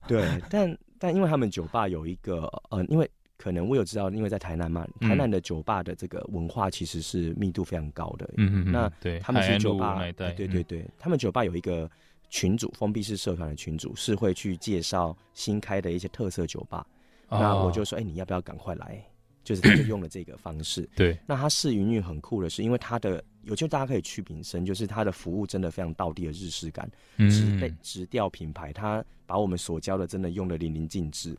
[SPEAKER 2] 对，但但因为他们酒吧有一个呃，因为可能我有知道，因为在台南嘛，
[SPEAKER 1] 嗯
[SPEAKER 2] 台南的酒吧的这个文化其实是密度非常高的。
[SPEAKER 1] 嗯嗯，
[SPEAKER 2] 那
[SPEAKER 1] 嗯对，
[SPEAKER 2] 他们
[SPEAKER 1] 海
[SPEAKER 2] 是
[SPEAKER 1] 岸
[SPEAKER 2] 酒
[SPEAKER 1] 路
[SPEAKER 2] 吧哎
[SPEAKER 1] 那一，带，嗯
[SPEAKER 2] 对对对，他们酒吧有一个群组，封闭式社团的群组是会去介绍新开的一些特色酒吧。
[SPEAKER 1] 嗯，
[SPEAKER 2] 那我
[SPEAKER 1] 哦
[SPEAKER 2] 就说，哎、你要不要赶快来？就是他就用了这个方式。
[SPEAKER 1] 对，
[SPEAKER 2] 那它试营运很酷的是，因为它的有就大家可以去品身，就是它的服务真的非常道地的日式感，直被
[SPEAKER 1] 嗯，
[SPEAKER 2] 直调品牌，它把我们所教的真的用的淋漓尽致。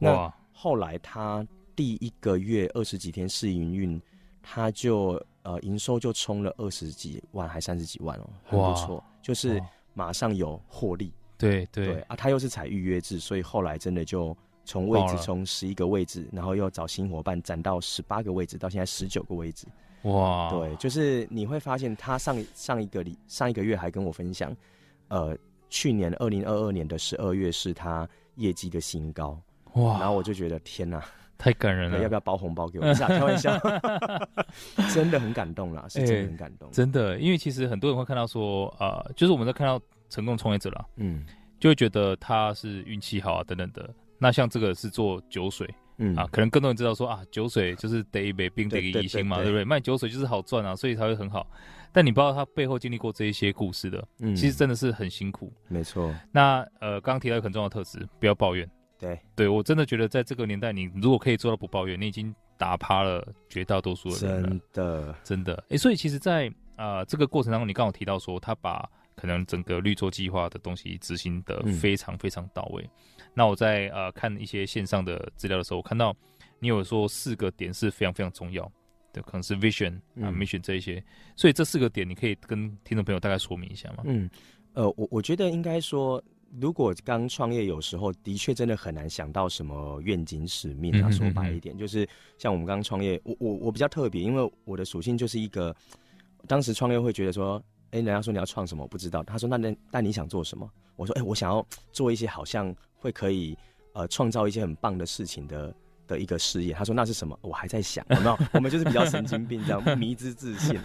[SPEAKER 2] 那
[SPEAKER 1] 哇，
[SPEAKER 2] 后来它第一个月二十几天试营运，它就呃营收就冲了二十几万还三十几万哦，很
[SPEAKER 1] 哇
[SPEAKER 2] 不错，就是
[SPEAKER 1] 哇
[SPEAKER 2] 马上有获利。
[SPEAKER 1] 对
[SPEAKER 2] 对
[SPEAKER 1] 对，
[SPEAKER 2] 啊，它又是采预约制，所以后来真的就。从位
[SPEAKER 1] 爆
[SPEAKER 2] 置
[SPEAKER 1] 了
[SPEAKER 2] 从十一个位置，然后又找新伙伴攒到十八个位置，到现在十九个位置。
[SPEAKER 1] 哇，
[SPEAKER 2] 对，就是你会发现他上上一个礼上一个月还跟我分享，呃，去年二零二二年的十二月是他业绩的新高，然
[SPEAKER 1] 哇，
[SPEAKER 2] 后我就觉得天哪、
[SPEAKER 1] 太感人
[SPEAKER 2] 对哎要
[SPEAKER 1] 了
[SPEAKER 2] 不。要包红包给我一下？开 玩笑，真的很感动啦，是真的很感动。
[SPEAKER 1] 真的，因为其实很多人会看到说，呃，就是我们在看到成功创业者啦，
[SPEAKER 2] 嗯
[SPEAKER 1] 就会觉得他是运气好啊等等的。那像这个是做酒水
[SPEAKER 2] 嗯
[SPEAKER 1] 啊，可能更多人知道说啊，酒水就是得一杯冰得
[SPEAKER 2] 对
[SPEAKER 1] 一
[SPEAKER 2] 对
[SPEAKER 1] 疑心嘛，
[SPEAKER 2] 对
[SPEAKER 1] 对
[SPEAKER 2] 对
[SPEAKER 1] 不对？卖酒水就是好赚啊，所以才会很好。但你不知道他背后经历过这一些故事的，
[SPEAKER 2] 嗯
[SPEAKER 1] 其实真的是很辛苦。
[SPEAKER 2] 没错，
[SPEAKER 1] 那呃，刚刚提到一个很重要的特质，不要抱怨。
[SPEAKER 2] 对
[SPEAKER 1] 对我真的觉得在这个年代，你如果可以做到不抱怨，你已经打趴了绝大多数的人了。
[SPEAKER 2] 真的
[SPEAKER 1] 真的，哎、所以其实在，呃这个过程当中，你刚好提到说，他把可能整个绿洲计划的东西执行的
[SPEAKER 2] 嗯
[SPEAKER 1] 非常非常到位。那我在呃看一些线上的资料的时候，我看到你有说四个点是非常非常重要的，可能是 vision 啊、
[SPEAKER 2] 嗯
[SPEAKER 1] mission 这一些。所以这四个点，你可以跟听众朋友大概说明一下吗？
[SPEAKER 2] 嗯，呃，我我觉得应该说，如果刚创业，有时候的确真的很难想到什么愿景、使命
[SPEAKER 1] 嗯
[SPEAKER 2] 啊。
[SPEAKER 1] 哼
[SPEAKER 2] 说
[SPEAKER 1] 嗯
[SPEAKER 2] 白
[SPEAKER 1] 哼
[SPEAKER 2] 一点，就是像我们刚创业，我我我比较特别，因为我的属性就是一个，当时创业会觉得说，哎、人家说你要创什么，我不知道。他说那那那你想做什么？我说，哎、我想要做一些好像会可以呃创造一些很棒的事情的。的一个事业，他说那是什么？我还在想，有没有？我们就是比较神经病这样，迷之自信。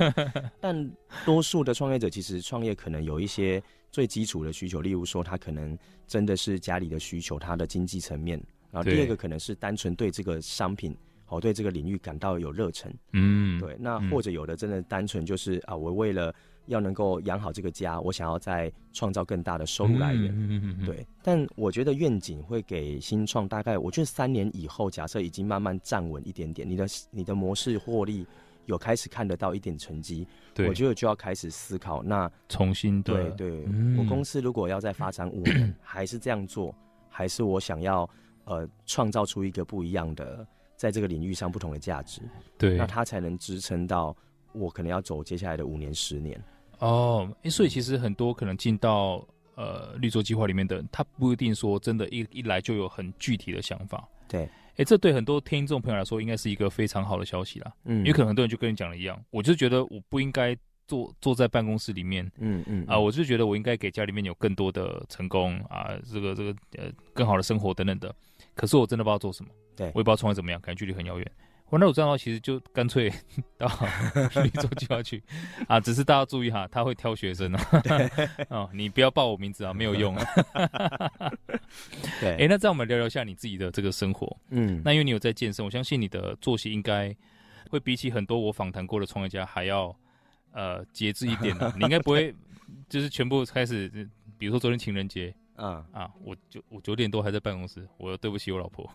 [SPEAKER 2] 但多数的创业者其实创业可能有一些最基础的需求，例如说他可能真的是家里的需求，他的经济层面，然后
[SPEAKER 1] 对
[SPEAKER 2] 第二个可能是单纯对这个商品。哦，对这个领域感到有热忱，
[SPEAKER 1] 嗯，
[SPEAKER 2] 对，那
[SPEAKER 1] 嗯
[SPEAKER 2] 或者有的真的单纯就是啊，我为了要能够养好这个家，我想要再创造更大的收入来源，
[SPEAKER 1] 嗯嗯嗯嗯，
[SPEAKER 2] 对，但我觉得愿景会给新创大概，我觉得三年以后，假设已经慢慢站稳一点点，你的你的模式获利有开始看得到一点成绩，
[SPEAKER 1] 对，
[SPEAKER 2] 我觉得就要开始思考。那
[SPEAKER 1] 重新
[SPEAKER 2] 对
[SPEAKER 1] 的，
[SPEAKER 2] 对，
[SPEAKER 1] 嗯
[SPEAKER 2] 我公司如果要再发展五年，还是这样做，还是我想要呃创造出一个不一样的，在这个领域上不同的价值，
[SPEAKER 1] 对
[SPEAKER 2] 那它才能支撑到我可能要走接下来的五年、十年。
[SPEAKER 1] 哦，诶所以其实很多可能进到呃绿洲计划里面的人，他不一定说真的一，一来就有很具体的想法。
[SPEAKER 2] 对，
[SPEAKER 1] 哎，这对很多听众朋友来说，应该是一个非常好的消息啦。
[SPEAKER 2] 嗯
[SPEAKER 1] 因为可能很多人就跟你讲的一样，我就觉得我不应该坐坐在办公室里面
[SPEAKER 2] 嗯嗯
[SPEAKER 1] 啊、我就觉得我应该给家里面有更多的成功啊、这个这个呃更好的生活等等的。可是我真的不知道做什么，
[SPEAKER 2] 对
[SPEAKER 1] 我也不知道创业怎么样，感觉距离很遥远。我那我这样的话，其实就干脆 到绿洲计划去啊，只是大家注意哈，他会挑学生啊， 哦，你不要报我名字啊，没有用啊。
[SPEAKER 2] 对，
[SPEAKER 1] 哎、那这样我们聊聊一下你自己的这个生活。
[SPEAKER 2] 嗯
[SPEAKER 1] 那因为你有在健身，我相信你的作息应该会比起很多我访谈过的创业家还要呃节制一点的、你应该不 会就是全部开始，比如说昨天情人节
[SPEAKER 2] 啊，
[SPEAKER 1] 啊，我九我九点多还在办公室，我对不起我老婆。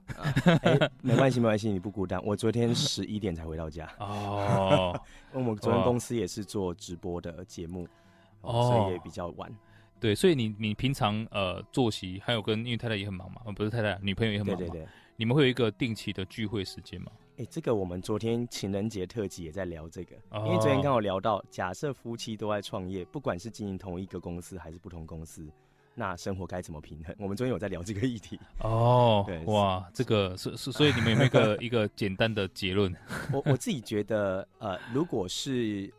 [SPEAKER 2] 哎，没关系，没关系，你不孤单。我昨天十一点才回到家，
[SPEAKER 1] 哦，
[SPEAKER 2] 因为我们昨天
[SPEAKER 1] 哇
[SPEAKER 2] 公司也是做直播的节目，
[SPEAKER 1] 哦
[SPEAKER 2] 哦，所以也比较晚。
[SPEAKER 1] 对，所以你你平常呃作息还有跟因为太太也很忙嘛，呃不是太太，女朋友也很
[SPEAKER 2] 对
[SPEAKER 1] 忙嘛，
[SPEAKER 2] 对对，
[SPEAKER 1] 你们会有一个定期的聚会时间吗？
[SPEAKER 2] 哎、这个我们昨天情人节特辑也在聊这个，
[SPEAKER 1] 哦
[SPEAKER 2] 因为昨天刚好聊到，假设夫妻都在创业，不管是经营同一个公司还是不同公司，那生活该怎么平衡？我们昨天有在聊这个议题。
[SPEAKER 1] 哦
[SPEAKER 2] 对，
[SPEAKER 1] 哇，这个是是，所以你们有没有一个一个简单的结 论？
[SPEAKER 2] 我我自己觉得，呃，如果是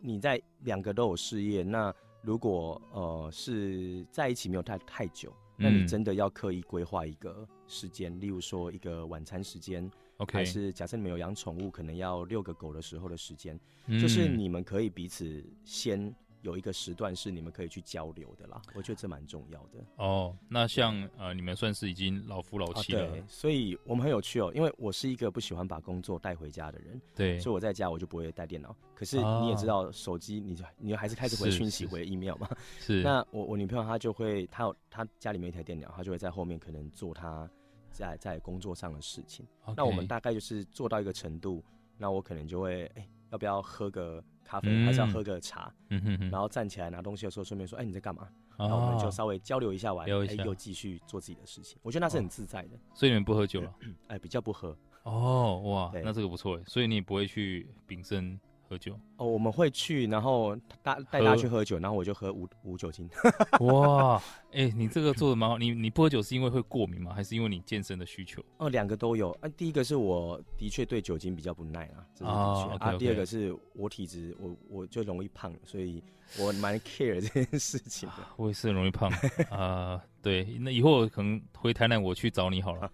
[SPEAKER 2] 你在两个都有事业，那如果呃是在一起没有太太久，那你
[SPEAKER 1] 嗯
[SPEAKER 2] 真的要刻意规划一个时间，例如说一个晚餐时间，
[SPEAKER 1] OK，
[SPEAKER 2] 还是假设你们有养宠物，可能要遛个狗的时候的时间，
[SPEAKER 1] 嗯
[SPEAKER 2] 就是你们可以彼此先。有一个时段是你们可以去交流的啦，我觉得这蛮重要的。
[SPEAKER 1] 哦，那像呃，你们算是已经老夫老
[SPEAKER 2] 啊
[SPEAKER 1] 妻了，
[SPEAKER 2] 对，所以我们很有趣哦，因为我是一个不喜欢把工作带回家的人，
[SPEAKER 1] 对，
[SPEAKER 2] 所以我在家我就不会带电脑。可是
[SPEAKER 1] 啊
[SPEAKER 2] 你也知道，手机你就你还是开始回
[SPEAKER 1] 是
[SPEAKER 2] 讯息、
[SPEAKER 1] 是
[SPEAKER 2] 回 email 嘛。
[SPEAKER 1] 是
[SPEAKER 2] 那我我女朋友她就会，她有她家里面有一台电脑，她就会在后面可能做她在在工作上的事情。那我们
[SPEAKER 1] OK
[SPEAKER 2] 大概就是做到一个程度，那我可能就会哎、要不要喝个咖啡，
[SPEAKER 1] 嗯
[SPEAKER 2] 还是要喝个茶？
[SPEAKER 1] 嗯哼哦哼，
[SPEAKER 2] 然后站起来拿东西的时候，顺便说，哎、你在干嘛？
[SPEAKER 1] 后
[SPEAKER 2] 然后我们就稍微交流一下完，
[SPEAKER 1] 聊
[SPEAKER 2] 哎、
[SPEAKER 1] 一下哦
[SPEAKER 2] 又继续做自己的事情。我觉得那是很自在的，
[SPEAKER 1] 所以你们不喝酒了？
[SPEAKER 2] 哎、比较不喝。
[SPEAKER 1] 哦，哇，
[SPEAKER 2] 对
[SPEAKER 1] 那这个不错耶，欸所以你也不会去丙生喝 酒，
[SPEAKER 2] 哦，我们会去，然后带带
[SPEAKER 1] 喝
[SPEAKER 2] 她去喝酒，然后我就喝无无酒精。
[SPEAKER 1] 哇，哎，你这个做的蛮好，你你不喝酒是因为会过敏吗？还是因为你健身的需求？
[SPEAKER 2] 哦，两个都有。啊，第一个是我的确对酒精比较不耐啊，这是的确。
[SPEAKER 1] 哦
[SPEAKER 2] 啊，
[SPEAKER 1] OK，OK
[SPEAKER 2] 第二个是我体质，我我就容易胖，所以我蛮 care 这件事情的。
[SPEAKER 1] 我也是很容易胖啊、对，那以后我可能回台南我去找你 好了，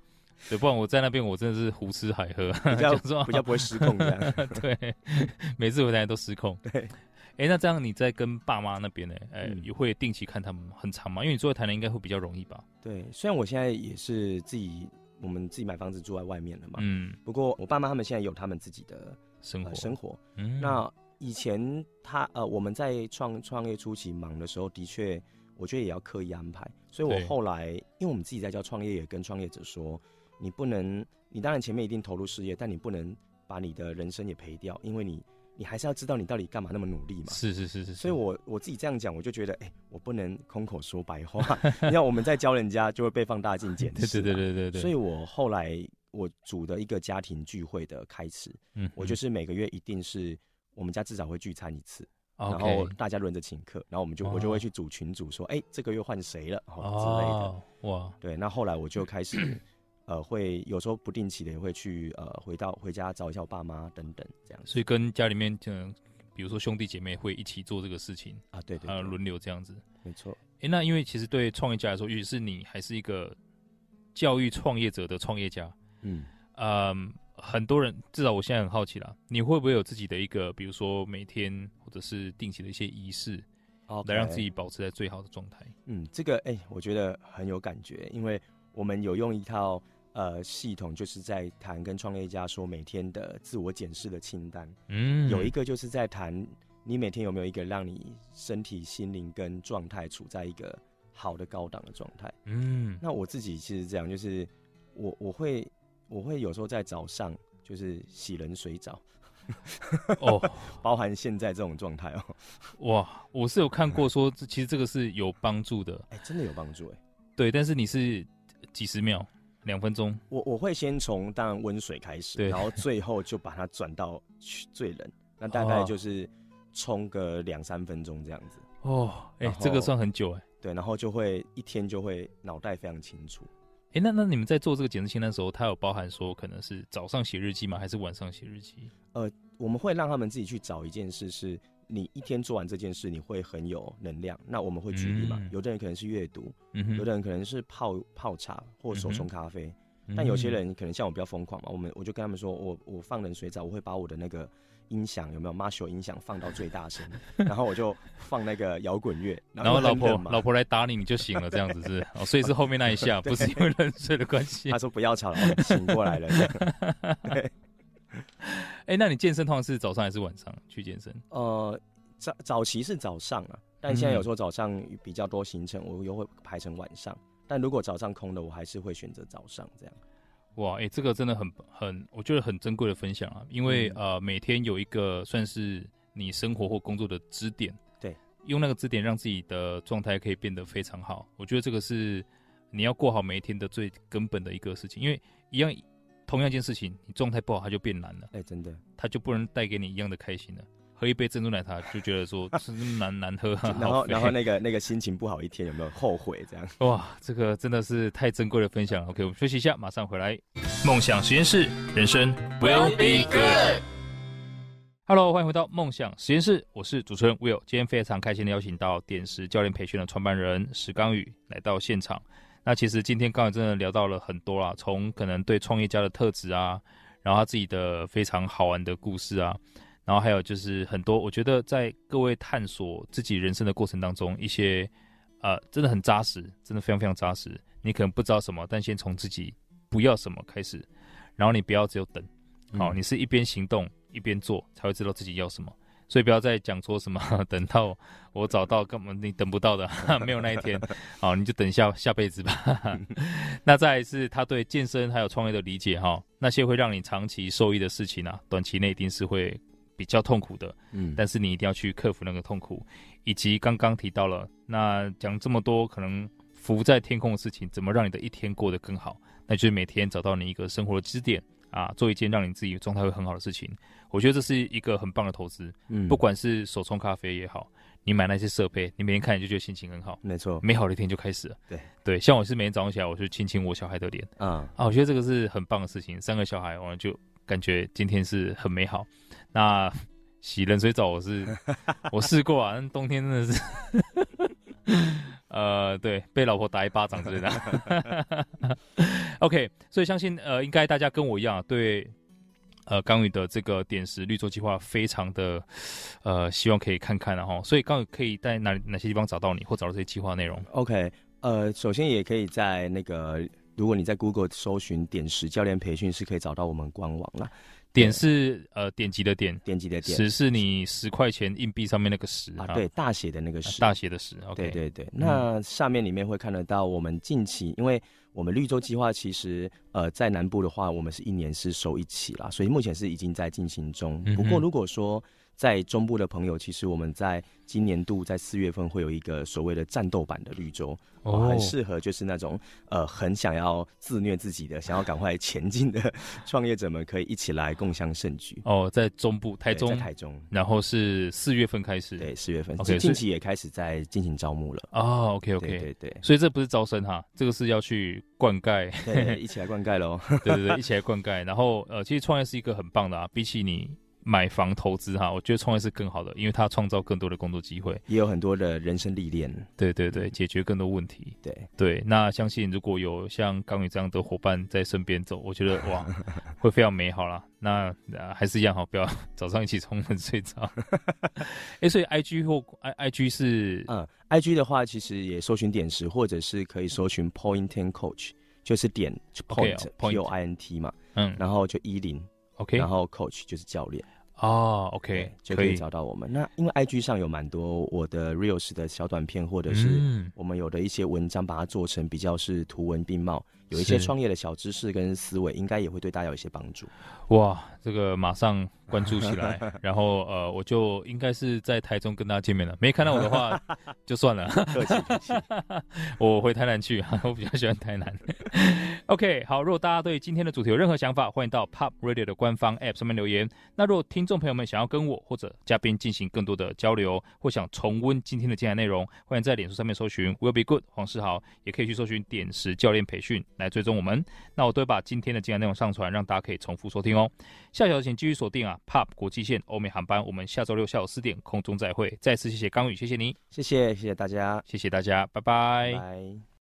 [SPEAKER 1] 对，不然我在那边我真的是胡吃海喝，
[SPEAKER 2] 比较
[SPEAKER 1] 讲实话
[SPEAKER 2] 比较不会失控这样。
[SPEAKER 1] 对，每次回来都失控。
[SPEAKER 2] 对，
[SPEAKER 1] 哎，那这样你在跟爸妈那边呢？哎、
[SPEAKER 2] 嗯
[SPEAKER 1] 也会定期看他们吗很长吗？因为你住在台南应该会比较容易吧？
[SPEAKER 2] 对，虽然我现在也是自己，我们自己买房子住在外面了嘛，
[SPEAKER 1] 嗯，
[SPEAKER 2] 不过我爸妈他们现在有他们自己的
[SPEAKER 1] 生活，
[SPEAKER 2] 呃生活。
[SPEAKER 1] 嗯，
[SPEAKER 2] 那以前他呃我们在创创业初期忙的时候，的确我觉得也要刻意安排。所以我
[SPEAKER 1] 对
[SPEAKER 2] 后来，因为我们自己在教创业，也跟创业者说，你不能，你当然前面一定投入事业，但你不能把你的人生也赔掉，因为你你还是要知道你到底干嘛那么努力嘛。
[SPEAKER 1] 是是是是，
[SPEAKER 2] 所以我我自己这样讲，我就觉得，哎、我不能空口说白话， 你看我们在教人家就会被放大镜 检
[SPEAKER 1] 对
[SPEAKER 2] 视
[SPEAKER 1] 对
[SPEAKER 2] 嘛。
[SPEAKER 1] 对对对对，
[SPEAKER 2] 所以我后来我组的一个家庭聚会的开始，
[SPEAKER 1] 嗯
[SPEAKER 2] 我就是是每个月一定是我们家至少会聚餐一次，然后
[SPEAKER 1] OK
[SPEAKER 2] 大家轮着请客，然后我们就、
[SPEAKER 1] 哦
[SPEAKER 2] 我就会去组群组说，哎、这个月换谁了、哦、之类的。
[SPEAKER 1] 哦，哇，
[SPEAKER 2] 对，那后来我就开始， 呃，会有时候不定期的也会去呃回到回家找一下我爸妈等等这样子
[SPEAKER 1] 所以跟家里面嗯，比如说兄弟姐妹会一起做这个事情，
[SPEAKER 2] 啊，对对
[SPEAKER 1] 啊，
[SPEAKER 2] 对，
[SPEAKER 1] 轮流这样子。
[SPEAKER 2] 没错，
[SPEAKER 1] 哎，那因为其实对创业家来说，尤其是你还是一个教育创业者的创业家，
[SPEAKER 2] 嗯，
[SPEAKER 1] 嗯，很多人至少我现在很好奇啦，你会不会有自己的一个，比如说每天或者是定期的一些仪式，
[SPEAKER 2] 好
[SPEAKER 1] 来让自己保持在最好的状态？
[SPEAKER 2] 嗯，这个哎、我觉得很有感觉，因为我们有用一套呃系统，就是在谈跟创业家说每天的自我检视的清单。
[SPEAKER 1] 嗯
[SPEAKER 2] 有一个就是在谈你每天有没有一个让你身体、心灵跟状态处在一个好的高档的状态。
[SPEAKER 1] 嗯
[SPEAKER 2] 那我自己其实这样，就是我我会我会有时候在早上就是洗冷水澡，
[SPEAKER 1] 哦
[SPEAKER 2] 包含现在这种状态哦，
[SPEAKER 1] 哇，我是有看过说，这其实这个是有帮助的，
[SPEAKER 2] 哎、真的有帮助哎、
[SPEAKER 1] 对，但是你是几十秒、两分钟，
[SPEAKER 2] 我我会先从当然温水开始，
[SPEAKER 1] 对
[SPEAKER 2] 然后最后就把它转到去最冷，那大概
[SPEAKER 1] 哦
[SPEAKER 2] 就是冲个两三分钟这样子。
[SPEAKER 1] 哦，哎、
[SPEAKER 2] 然后
[SPEAKER 1] 这个算很久哎、
[SPEAKER 2] 对，然后就会一天就会脑袋非常清楚。
[SPEAKER 1] 哎、那那你们在做这个检测清单的时候，它有包含说可能是早上写日记吗？还是晚上写日记？
[SPEAKER 2] 我们会让他们自己去找一件事，是你一天做完这件事，你会很有能量。那我们会举例嘛？
[SPEAKER 1] 嗯
[SPEAKER 2] 有的人可能是阅读，
[SPEAKER 1] 嗯哼，
[SPEAKER 2] 有的人可能是泡泡茶或手冲
[SPEAKER 1] 嗯哼
[SPEAKER 2] 咖啡，
[SPEAKER 1] 嗯，
[SPEAKER 2] 但有些人可能像我比较疯狂嘛，我们我就跟他们说，我我放冷水澡，我会把我的那个音响有没有 Marshall 音响放到最 大声，然后我就放那个摇滚乐，
[SPEAKER 1] 然后
[SPEAKER 2] 因为
[SPEAKER 1] 老
[SPEAKER 2] 很
[SPEAKER 1] 婆
[SPEAKER 2] 冷嘛
[SPEAKER 1] 老婆来打你，你就醒了，这样子是不是哦，所以是后面那一下，不是因为冷水的关系
[SPEAKER 2] 他。说不要吵了，我醒过来了。这样
[SPEAKER 1] 哎、那你健身通常是早上还是晚上去健身？
[SPEAKER 2] 呃，早早期是早上啊，但现在有时候早上比较多行程，我又会排成晚上。但如果早上空的，我还是会选择早上这样。
[SPEAKER 1] 哇，哎、这个真的很很，我觉得很珍贵的分享啊，因为、呃，每天有一个算是你生活或工作的支点，
[SPEAKER 2] 对，
[SPEAKER 1] 用那个支点让自己的状态可以变得非常好，我觉得这个是你要过好每一天的最根本的一个事情，因为一样同样一件事情，你状态不好，它就变难了，
[SPEAKER 2] 哎、真的，
[SPEAKER 1] 它就不能带给你一样的开心了。喝一杯珍珠奶茶就觉得 说真是难难喝、啊，好
[SPEAKER 2] 然后
[SPEAKER 1] 肥
[SPEAKER 2] 然后那个那个心情不好一天有没有后 悔这样？
[SPEAKER 1] 哇，这个真的是太珍贵的分享了。OK，我们休息一下，马上回来。梦想实验室，人生 will be good。Hello，欢迎回到梦想实验室，我是主持人 Will。今天非常开心的邀请到点石教练培训的创办人石刚宇来到现场。那其实今天刚才真的聊到了很多啦，从可能对创业家的特质啊，然后他自己的非常好玩的故事啊，然后还有就是很多，我觉得在各位探索自己人生的过程当中，一些呃，真的很扎实，真的非常非常扎实。你可能不知道什么，但先从自己不要什么开始，然后你不要只有等，好、你是一边行动一边做，才会知道自己要什么。所以不要再讲说什么等到我找到，根本你等不到的，没有那一天。好，你就等下下辈子吧。那再来是他对健身还有创业的理解哈、那些会让你长期受益的事情啊，短期内一定是会比较痛苦的。
[SPEAKER 2] 嗯，
[SPEAKER 1] 但是你一定要去克服那个痛苦，以及刚刚提到了，那讲这么多可能浮在天空的事情，怎么让你的一天过得更好？那就是每天找到你一个生活的支点啊，做一件让你自己状态会很好的事情。我觉得这是一个很棒的投资，
[SPEAKER 2] 嗯
[SPEAKER 1] 不管是手冲咖啡也好，你买那些设备，你每天看你就觉得心情很好，
[SPEAKER 2] 没错，
[SPEAKER 1] 美好的一天就开始了。
[SPEAKER 2] 对
[SPEAKER 1] 对，像我是每天早上起来，我就亲亲我小孩的脸。
[SPEAKER 2] 啊、
[SPEAKER 1] 啊，我觉得这个是很棒的事情。三个小孩，我就感觉今天是很美好。那洗冷水澡，我是我试过啊，但冬天真的是，呃，对，被老婆打一巴掌之类的。OK，所以相信呃，应该大家跟我一样，对呃刚宇的这个点石绿洲计划非常的呃，希望可以看看然、后，所以刚宇可以在哪里哪些地方找到你，或找到这些计划内容？
[SPEAKER 2] OK，呃，首先也可以在那个，如果你在 Google 搜寻“点石教练培训”，是可以找到我们官网啦。
[SPEAKER 1] 点是呃点击的点，
[SPEAKER 2] 点击的点
[SPEAKER 1] 十是你十块钱硬币上面那个十
[SPEAKER 2] 啊，对，大写的那个
[SPEAKER 1] 啊
[SPEAKER 2] 石。
[SPEAKER 1] 大写的十。OK，嗯
[SPEAKER 2] 对对对，那上面里面会看得到我们近期，因为我们绿洲计划其实呃在南部的话，我们是一年是收一期啦，所以目前是已经在进行中
[SPEAKER 1] 嗯哼。
[SPEAKER 2] 不过如果说在中部的朋友，其实我们在今年度在四月份会有一个所谓的战斗版的绿洲，哦，很适合就是那种呃很想要自虐自己的，想要赶快前进的 创业者们，可以一起来共襄盛举。
[SPEAKER 1] 哦，在中部台
[SPEAKER 2] 对
[SPEAKER 1] 中
[SPEAKER 2] 在，台中，
[SPEAKER 1] 然后是四月份开始。
[SPEAKER 2] 对，四月份
[SPEAKER 1] OK，所
[SPEAKER 2] 近
[SPEAKER 1] 以
[SPEAKER 2] 期也开始在进行招募了。
[SPEAKER 1] 哦，OK OK，
[SPEAKER 2] 对对对
[SPEAKER 1] 所以这不是招生哈，这个是要去灌溉，
[SPEAKER 2] 对，一起来灌溉喽。
[SPEAKER 1] 对对对，一起来灌溉。然后呃，其实创业是一个很棒的啊，比起你买房投资哈，我觉得创业是更好的，因为它创造更多的工作机会。
[SPEAKER 2] 也有很多的人生历练。
[SPEAKER 1] 对对
[SPEAKER 2] 嗯
[SPEAKER 1] 对，解决更多问题。
[SPEAKER 2] 对，
[SPEAKER 1] 对，那相信如果有像刚宇这样的伙伴在身边走，我觉得哇，会非常美好啦。那、呃、还是一样好，不要早上一起冲冷睡着。 哎、所以 I G 或 I I G 是、
[SPEAKER 2] 嗯，IG 的话，其实也搜寻点石，或者是可以搜寻 Point and Coach，就是点
[SPEAKER 1] OK，哦
[SPEAKER 2] Point
[SPEAKER 1] point
[SPEAKER 2] P O I N T 嘛，
[SPEAKER 1] 嗯
[SPEAKER 2] 然后就一零，
[SPEAKER 1] ，OK，
[SPEAKER 2] 然后 Coach 就是教练，
[SPEAKER 1] 哦，OK，
[SPEAKER 2] 就
[SPEAKER 1] 可
[SPEAKER 2] 可
[SPEAKER 1] 以
[SPEAKER 2] 以，找到我们。那因为 IG 上有蛮多我的 Reels 的小短片，或者是
[SPEAKER 1] 嗯，
[SPEAKER 2] 我们有的一些文章，把它做成比较是图文并茂，有一些
[SPEAKER 1] 是
[SPEAKER 2] 创业的小知识跟思维，应该也会对大家有一些帮 助。
[SPEAKER 1] 哇，这个马上关注起 来。然后呃，我就应该是在台中跟大家见面了。没看到我的话 就算了。
[SPEAKER 2] 客气客气，
[SPEAKER 1] 我回台南去，啊 我比较喜欢台南。OK，好，如果大家对今天的主题有任何想法，欢迎到 Pop Radio 的官方 App 上面留言。那如果听众朋友们想要跟我或者嘉宾进行更多的交流，或想重温今天的精彩内容，欢迎在脸书上面搜寻 Will Be Good 黄世豪，也可以去搜寻点石教练培训来追踪我们。那我都会把今天的精彩内容上传，让大家可以重复收听哦。下小时请继续锁定啊 Pop 国际线欧美航班，我们下周六下午四点空中再会。再次谢谢刚宇，谢谢你，
[SPEAKER 2] 谢谢谢谢大家，
[SPEAKER 1] 谢谢大家，拜
[SPEAKER 2] 拜
[SPEAKER 1] 拜
[SPEAKER 2] 拜。